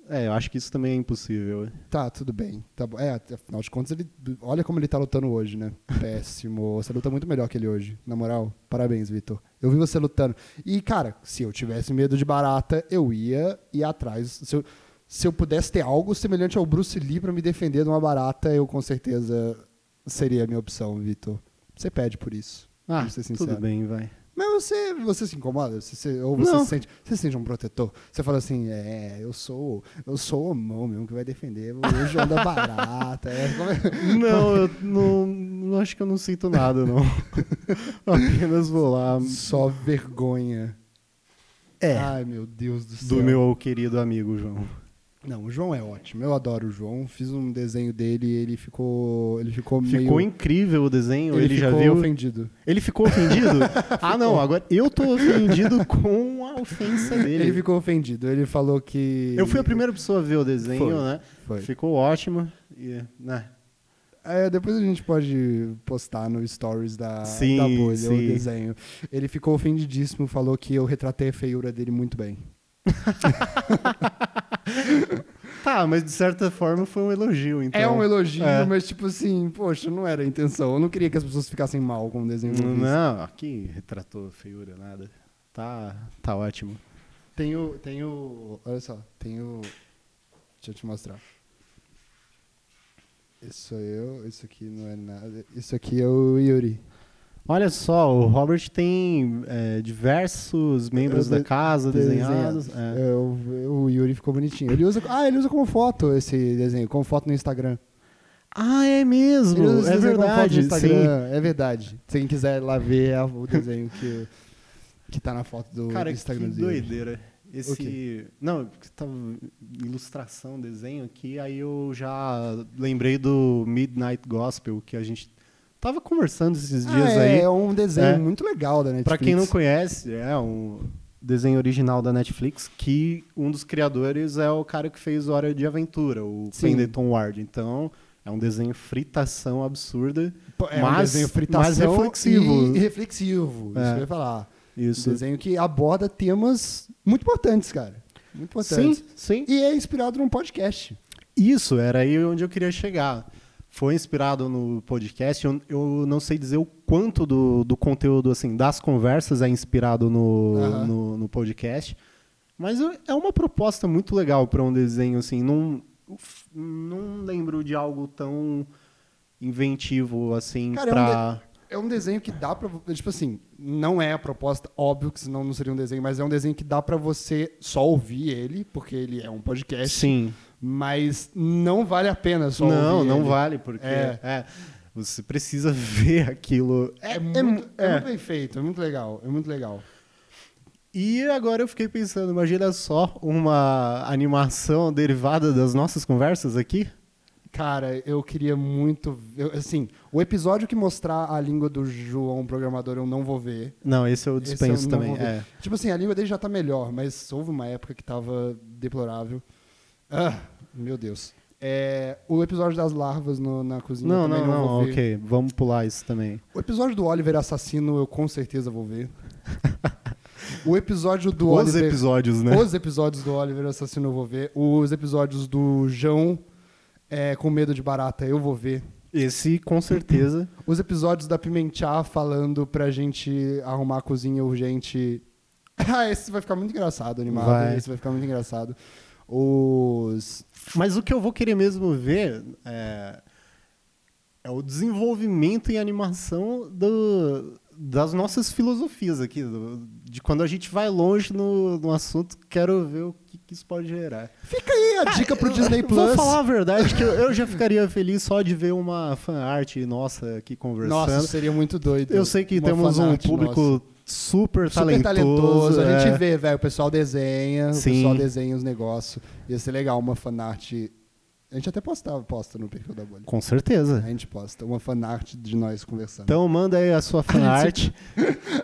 Speaker 2: É, eu acho que isso também é impossível.
Speaker 1: Tá, tudo bem. Tá bom. É, afinal de contas, ele. Olha como ele tá lutando hoje, né? Péssimo. Você luta muito melhor que ele hoje. Na moral, parabéns, Vitor. Eu vi você lutando. E, cara, se eu tivesse medo de barata, eu ia ir atrás. Se eu, se eu pudesse ter algo semelhante ao Bruce Lee pra me defender de uma barata, eu com certeza seria a minha opção, Vitor. Você pede por isso.
Speaker 2: Ah,
Speaker 1: vamos ser
Speaker 2: tudo
Speaker 1: sincero.
Speaker 2: bem, vai.
Speaker 1: Mas você, você se incomoda? Você, se- ou você
Speaker 2: Não.
Speaker 1: se sente, você se sente um protetor? Você fala assim, é, eu sou, eu sou o homão mesmo que vai defender o João da Barata. é, como é?
Speaker 2: Não, eu não, não acho que eu não sinto nada, não. Apenas vou lá
Speaker 1: Só vergonha.
Speaker 2: É.
Speaker 1: Ai, meu Deus do céu.
Speaker 2: do meu querido amigo João.
Speaker 1: Não, o João é ótimo. Eu adoro o João. Fiz um desenho dele e ele ficou, ele ficou,
Speaker 2: Ficou
Speaker 1: meio...
Speaker 2: incrível o desenho, ele, já
Speaker 1: ficou
Speaker 2: viu.
Speaker 1: ofendido.
Speaker 2: Ele ficou ofendido? ah, não, agora eu tô ofendido com a ofensa dele.
Speaker 1: Ele ficou ofendido. Ele falou que...
Speaker 2: Eu fui a primeira pessoa a ver o desenho,
Speaker 1: Foi,
Speaker 2: né?
Speaker 1: foi.
Speaker 2: Ficou ótimo. E, né?
Speaker 1: É, depois a gente pode postar no stories da,
Speaker 2: Sim,
Speaker 1: da bolha o
Speaker 2: sim.
Speaker 1: desenho. Ele ficou ofendidíssimo, falou que eu retratei a feiura dele muito bem.
Speaker 2: Tá, mas de certa forma foi um elogio, então.
Speaker 1: é um elogio,
Speaker 2: é.
Speaker 1: mas tipo assim, poxa, não era a intenção. Eu não queria que as pessoas ficassem mal com o desenho que eu fiz.
Speaker 2: Não, aqui retratou feiura, nada. Tá, tá ótimo.
Speaker 1: Tem o, tem o. Olha só, tem o. Deixa eu te mostrar. Isso sou eu, isso aqui não é nada. Isso aqui é o Yuri.
Speaker 2: Olha só, o Robert tem é, diversos membros
Speaker 1: Eu
Speaker 2: da
Speaker 1: de-
Speaker 2: casa desenhados. é.
Speaker 1: É, o, o Yuri ficou bonitinho. Ele usa, ah, ele usa como foto esse desenho, como foto no Instagram.
Speaker 2: Ah, é
Speaker 1: Ele usa
Speaker 2: mesmo,
Speaker 1: esse
Speaker 2: é
Speaker 1: desenho como foto no
Speaker 2: verdade, sim.
Speaker 1: Instagram, É verdade. Se quem quiser lá ver é o desenho que, que tá na foto do
Speaker 2: Cara,
Speaker 1: Instagram
Speaker 2: que
Speaker 1: do Yuri.
Speaker 2: doideira. Esse.
Speaker 1: O quê?
Speaker 2: Não, que tava ilustração, desenho aqui, aí eu já lembrei do Midnight Gospel que a gente tava conversando esses dias
Speaker 1: Ah, é,
Speaker 2: aí.
Speaker 1: é um desenho
Speaker 2: É.
Speaker 1: muito legal da Netflix.
Speaker 2: Pra quem não conhece, é um desenho original da Netflix que um dos criadores é o cara que fez Hora de Aventura, o
Speaker 1: Sim.
Speaker 2: Pendleton Ward. Então, é um desenho fritação absurda.
Speaker 1: Pô, é um
Speaker 2: mas-
Speaker 1: desenho fritação
Speaker 2: mas reflexivo.
Speaker 1: E, e reflexivo, isso
Speaker 2: É.
Speaker 1: que eu ia falar.
Speaker 2: Isso.
Speaker 1: Um desenho que aborda temas muito importantes, cara. Muito importantes.
Speaker 2: Sim, sim.
Speaker 1: E é inspirado num podcast.
Speaker 2: Isso, era aí onde eu queria chegar. Foi inspirado no podcast. Eu, eu não sei dizer o quanto do, do conteúdo, assim, das conversas é inspirado no,
Speaker 1: Aham.
Speaker 2: no, no podcast. Mas eu- é uma proposta muito legal para um desenho, assim. Não, uf, não lembro de algo tão inventivo, assim,
Speaker 1: Cara, é um
Speaker 2: pra...
Speaker 1: É um desenho que dá pra. Tipo assim, não é a proposta, óbvio que senão não seria um desenho, mas é um desenho que dá pra você só ouvir ele, porque ele é um podcast.
Speaker 2: Sim.
Speaker 1: Mas não vale a pena só
Speaker 2: Não,
Speaker 1: ouvir
Speaker 2: não
Speaker 1: ele.
Speaker 2: vale, porque...
Speaker 1: É.
Speaker 2: é, você precisa ver aquilo.
Speaker 1: É, muito, é
Speaker 2: é.
Speaker 1: muito bem feito, é muito legal, é muito legal.
Speaker 2: E agora eu fiquei pensando, imagina só uma animação derivada das nossas conversas aqui?
Speaker 1: Cara, eu queria muito. eu- assim, o episódio que mostrar a língua do João programador eu não vou ver.
Speaker 2: Não, esse eu
Speaker 1: Esse
Speaker 2: dispenso
Speaker 1: eu não
Speaker 2: também.
Speaker 1: vou ver.
Speaker 2: É.
Speaker 1: Tipo assim, a língua dele já tá melhor, mas houve uma época que tava deplorável. Ah, meu Deus. É, o episódio das larvas no- na cozinha eu
Speaker 2: Não,
Speaker 1: também
Speaker 2: não,
Speaker 1: não,
Speaker 2: não,
Speaker 1: vou ver.
Speaker 2: ok. Vamos pular isso também.
Speaker 1: O episódio do Oliver assassino eu com certeza vou ver. o episódio do
Speaker 2: Os
Speaker 1: Oliver...
Speaker 2: episódios, né?
Speaker 1: Os episódios do Oliver Assassino eu vou ver. Os episódios do João é, com medo de barata eu vou ver.
Speaker 2: Esse, com certeza.
Speaker 1: Os episódios da Pimentar falando pra gente arrumar a cozinha urgente. Ah, esse vai ficar muito engraçado, animado.
Speaker 2: Vai.
Speaker 1: Esse vai ficar muito engraçado. Os.
Speaker 2: Mas o que eu vou querer mesmo ver é, é o desenvolvimento e animação do- das nossas filosofias aqui. do- de quando a gente vai longe no, no assunto, quero ver o que, que isso pode gerar.
Speaker 1: Fica aí a dica pro Disney Plus.
Speaker 2: Ah, Vou falar a verdade, que eu, eu já ficaria feliz só de ver uma fanart nossa aqui conversando.
Speaker 1: Nossa, seria muito doido.
Speaker 2: eu sei que
Speaker 1: Uma
Speaker 2: temos um
Speaker 1: fanart
Speaker 2: público
Speaker 1: nossa.
Speaker 2: super talentoso.
Speaker 1: super talentoso. A
Speaker 2: é.
Speaker 1: gente vê, velho, o pessoal desenha,
Speaker 2: Sim.
Speaker 1: o pessoal desenha os negócios. Ia ser legal uma fanart. A gente até postava, posta no perfil da bolha.
Speaker 2: Com certeza.
Speaker 1: A gente posta uma fanart de nós conversando.
Speaker 2: Então manda aí a sua fanart.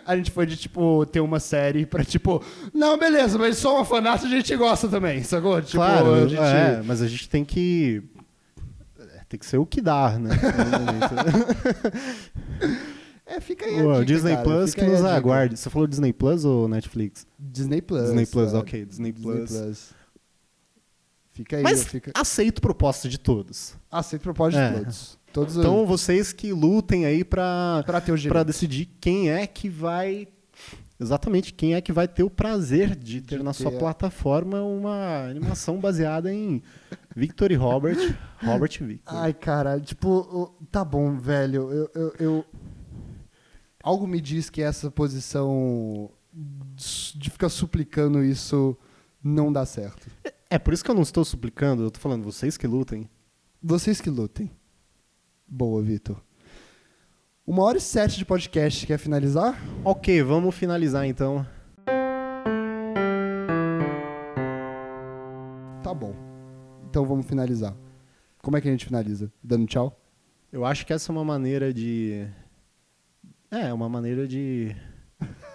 Speaker 1: A gente foi de, tipo, ter uma série pra, tipo, não, beleza, mas só uma fanart a gente gosta também, sacou? Tipo,
Speaker 2: claro,
Speaker 1: a gente-
Speaker 2: é, mas a gente tem que. é, Tem que ser o que dá, né?
Speaker 1: É, fica aí a
Speaker 2: o
Speaker 1: dica,
Speaker 2: Disney
Speaker 1: cara,
Speaker 2: Plus
Speaker 1: fica
Speaker 2: que
Speaker 1: aí a
Speaker 2: nos
Speaker 1: dica.
Speaker 2: aguarde. Você falou Disney Plus ou Netflix?
Speaker 1: Disney Plus.
Speaker 2: Disney Plus,
Speaker 1: é.
Speaker 2: ok, Disney Plus.
Speaker 1: Fica aí,
Speaker 2: mas
Speaker 1: fica...
Speaker 2: aceito proposta de todos.
Speaker 1: aceito propósito
Speaker 2: É.
Speaker 1: de todos. Todos
Speaker 2: Então vocês que lutem aí pra,
Speaker 1: pra ter o direito.
Speaker 2: pra decidir quem é que vai. Exatamente, quem é que vai ter o prazer de ter
Speaker 1: De
Speaker 2: na sua
Speaker 1: ter a-
Speaker 2: plataforma uma animação baseada em Victor e Robert. Robert e Victor.
Speaker 1: Ai, cara, tipo, o- tá bom, velho. Eu, eu, eu- Algo me diz que essa posição de de ficar suplicando isso não dá certo.
Speaker 2: É por isso que eu não estou suplicando, eu tô falando, vocês que lutem.
Speaker 1: Vocês que lutem. Boa, Vitor. Uma hora e sete de podcast, quer finalizar?
Speaker 2: Ok, vamos finalizar então.
Speaker 1: Tá bom. Então vamos finalizar. Como é que a gente finaliza? Dando tchau?
Speaker 2: Eu acho que essa é uma maneira de. É, uma maneira de.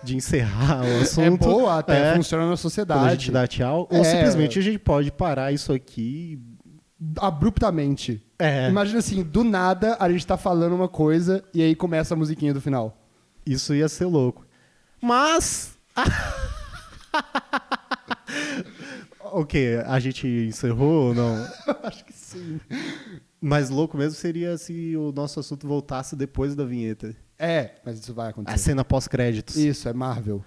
Speaker 2: De encerrar o assunto.
Speaker 1: é boa, até
Speaker 2: É,
Speaker 1: funciona na
Speaker 2: quando a
Speaker 1: sociedade.
Speaker 2: gente dá tchau. Ou
Speaker 1: É.
Speaker 2: simplesmente a gente pode parar isso aqui.
Speaker 1: Abruptamente.
Speaker 2: e- É.
Speaker 1: Imagina assim, do nada a gente tá falando uma coisa e aí começa a musiquinha do final.
Speaker 2: Isso ia ser louco. Mas. ok, a gente encerrou ou não?
Speaker 1: Acho que sim.
Speaker 2: Mas louco mesmo seria se o nosso assunto voltasse depois da vinheta.
Speaker 1: É, mas isso vai
Speaker 2: A
Speaker 1: acontecer.
Speaker 2: cena pós-créditos.
Speaker 1: Isso, é Marvel.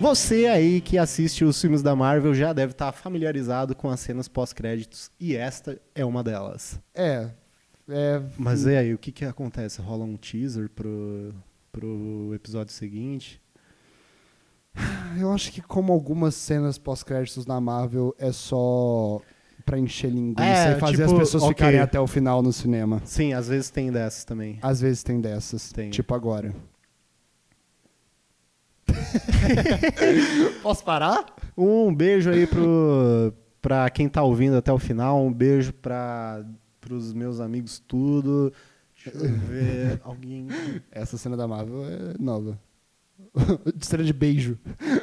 Speaker 2: Você aí que assiste os filmes da Marvel já deve estar familiarizado com as cenas pós-créditos e esta é uma delas.
Speaker 1: É. É.
Speaker 2: Mas e aí, o que que acontece? Rola um teaser pro, pro episódio seguinte?
Speaker 1: Eu acho que como algumas cenas pós-créditos na Marvel é só pra encher linguiça
Speaker 2: É,
Speaker 1: e fazer
Speaker 2: tipo,
Speaker 1: as pessoas
Speaker 2: ok.
Speaker 1: ficarem até o final no cinema.
Speaker 2: Sim, às vezes tem dessas também.
Speaker 1: Às vezes tem dessas.
Speaker 2: Tem.
Speaker 1: Ah, Tipo agora. Posso parar?
Speaker 2: Um beijo aí pro, pra quem tá ouvindo até o final, um beijo pra, pros meus amigos tudo. Deixa eu ver, alguém...
Speaker 1: Essa cena da Marvel é nova. cena de beijo.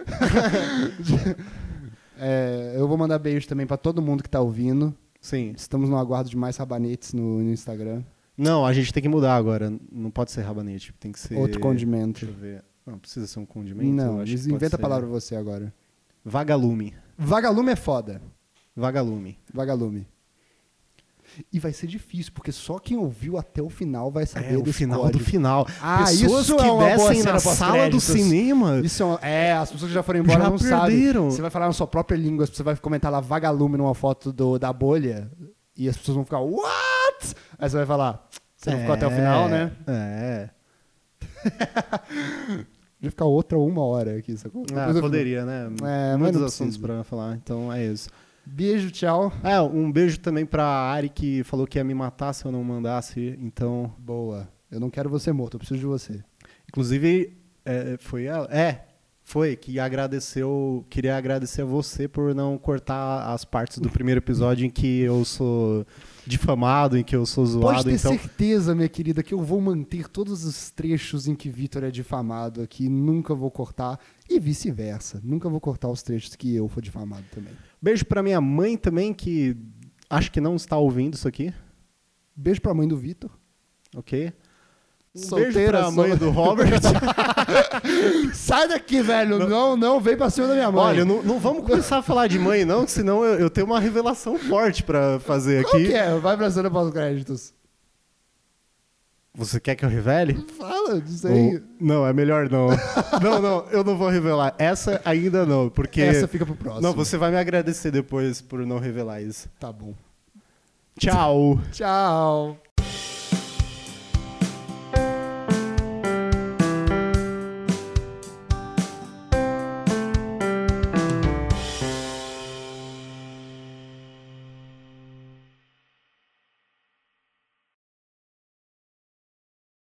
Speaker 1: É, eu vou mandar beijo também pra todo mundo que tá ouvindo.
Speaker 2: Sim.
Speaker 1: Estamos no aguardo de mais rabanetes no, no Instagram.
Speaker 2: Não, a gente tem que mudar agora. Não pode ser rabanete, tem que ser...
Speaker 1: Outro
Speaker 2: Deixa eu
Speaker 1: condimento.
Speaker 2: ver. Não, precisa ser um condimento?
Speaker 1: Não,
Speaker 2: acho que
Speaker 1: eles
Speaker 2: pode
Speaker 1: inventa a
Speaker 2: ser-
Speaker 1: palavra você agora.
Speaker 2: Vagalume.
Speaker 1: Vagalume é foda.
Speaker 2: Vagalume.
Speaker 1: Vagalume. E vai ser difícil, porque só quem ouviu até o final vai saber
Speaker 2: É o
Speaker 1: desse
Speaker 2: final
Speaker 1: código.
Speaker 2: do final.
Speaker 1: Ah,
Speaker 2: Pessoas
Speaker 1: isso
Speaker 2: que
Speaker 1: é uma boa
Speaker 2: descem
Speaker 1: cena
Speaker 2: na sala do
Speaker 1: pós-créditos.
Speaker 2: cinema.
Speaker 1: Isso é, uma- é, as pessoas que já foram embora
Speaker 2: Já
Speaker 1: não
Speaker 2: perderam.
Speaker 1: sabem. Você vai falar na sua própria língua, você vai comentar lá vagalume numa foto do, da bolha, e as pessoas vão ficar, what? Aí você vai falar, você não ficou até o final, né?
Speaker 2: É.
Speaker 1: Vai ficar outra uma hora aqui, sacou? Depois
Speaker 2: Ah,
Speaker 1: eu- É,
Speaker 2: poderia, né?
Speaker 1: mas
Speaker 2: Muitos
Speaker 1: não
Speaker 2: assuntos
Speaker 1: precisa.
Speaker 2: pra falar, então é isso.
Speaker 1: Beijo, tchau.
Speaker 2: É, um beijo também pra Ari que falou que ia me matar se eu não mandasse. Então,
Speaker 1: Boa. Eu não quero você morto, eu preciso de você.
Speaker 2: inclusive, é, foi ela. É. Foi, que agradeceu. Queria agradecer a você por não cortar as partes do primeiro episódio em que eu sou difamado, em que eu sou
Speaker 1: Pode
Speaker 2: zoado.
Speaker 1: ter
Speaker 2: então,
Speaker 1: certeza, minha querida, que eu vou manter todos os trechos em que Vitor é difamado aqui, nunca vou cortar, e vice-versa. Nunca vou cortar os trechos que eu for difamado também.
Speaker 2: Beijo pra minha mãe também, que acho que não está ouvindo isso aqui,
Speaker 1: Beijo pra mãe do Vitor.
Speaker 2: ok? Um beijo
Speaker 1: Solteira,
Speaker 2: pra mãe
Speaker 1: sol-
Speaker 2: do Robert.
Speaker 1: Sai daqui, velho. Não, não, vem pra cima da minha mãe.
Speaker 2: Olha, não, não vamos começar a falar de mãe, não, senão eu, eu tenho uma revelação forte pra fazer
Speaker 1: Qual
Speaker 2: aqui.
Speaker 1: que é? Vai pra cena pós-créditos.
Speaker 2: Você quer que eu revele?
Speaker 1: Fala, diz aí.
Speaker 2: Ou- Não, é melhor não. não, não, eu não vou revelar. Essa ainda não, porque.
Speaker 1: Essa fica pro próximo.
Speaker 2: Não, você vai me agradecer depois por não revelar isso.
Speaker 1: Tá bom.
Speaker 2: Tchau!
Speaker 1: Tchau.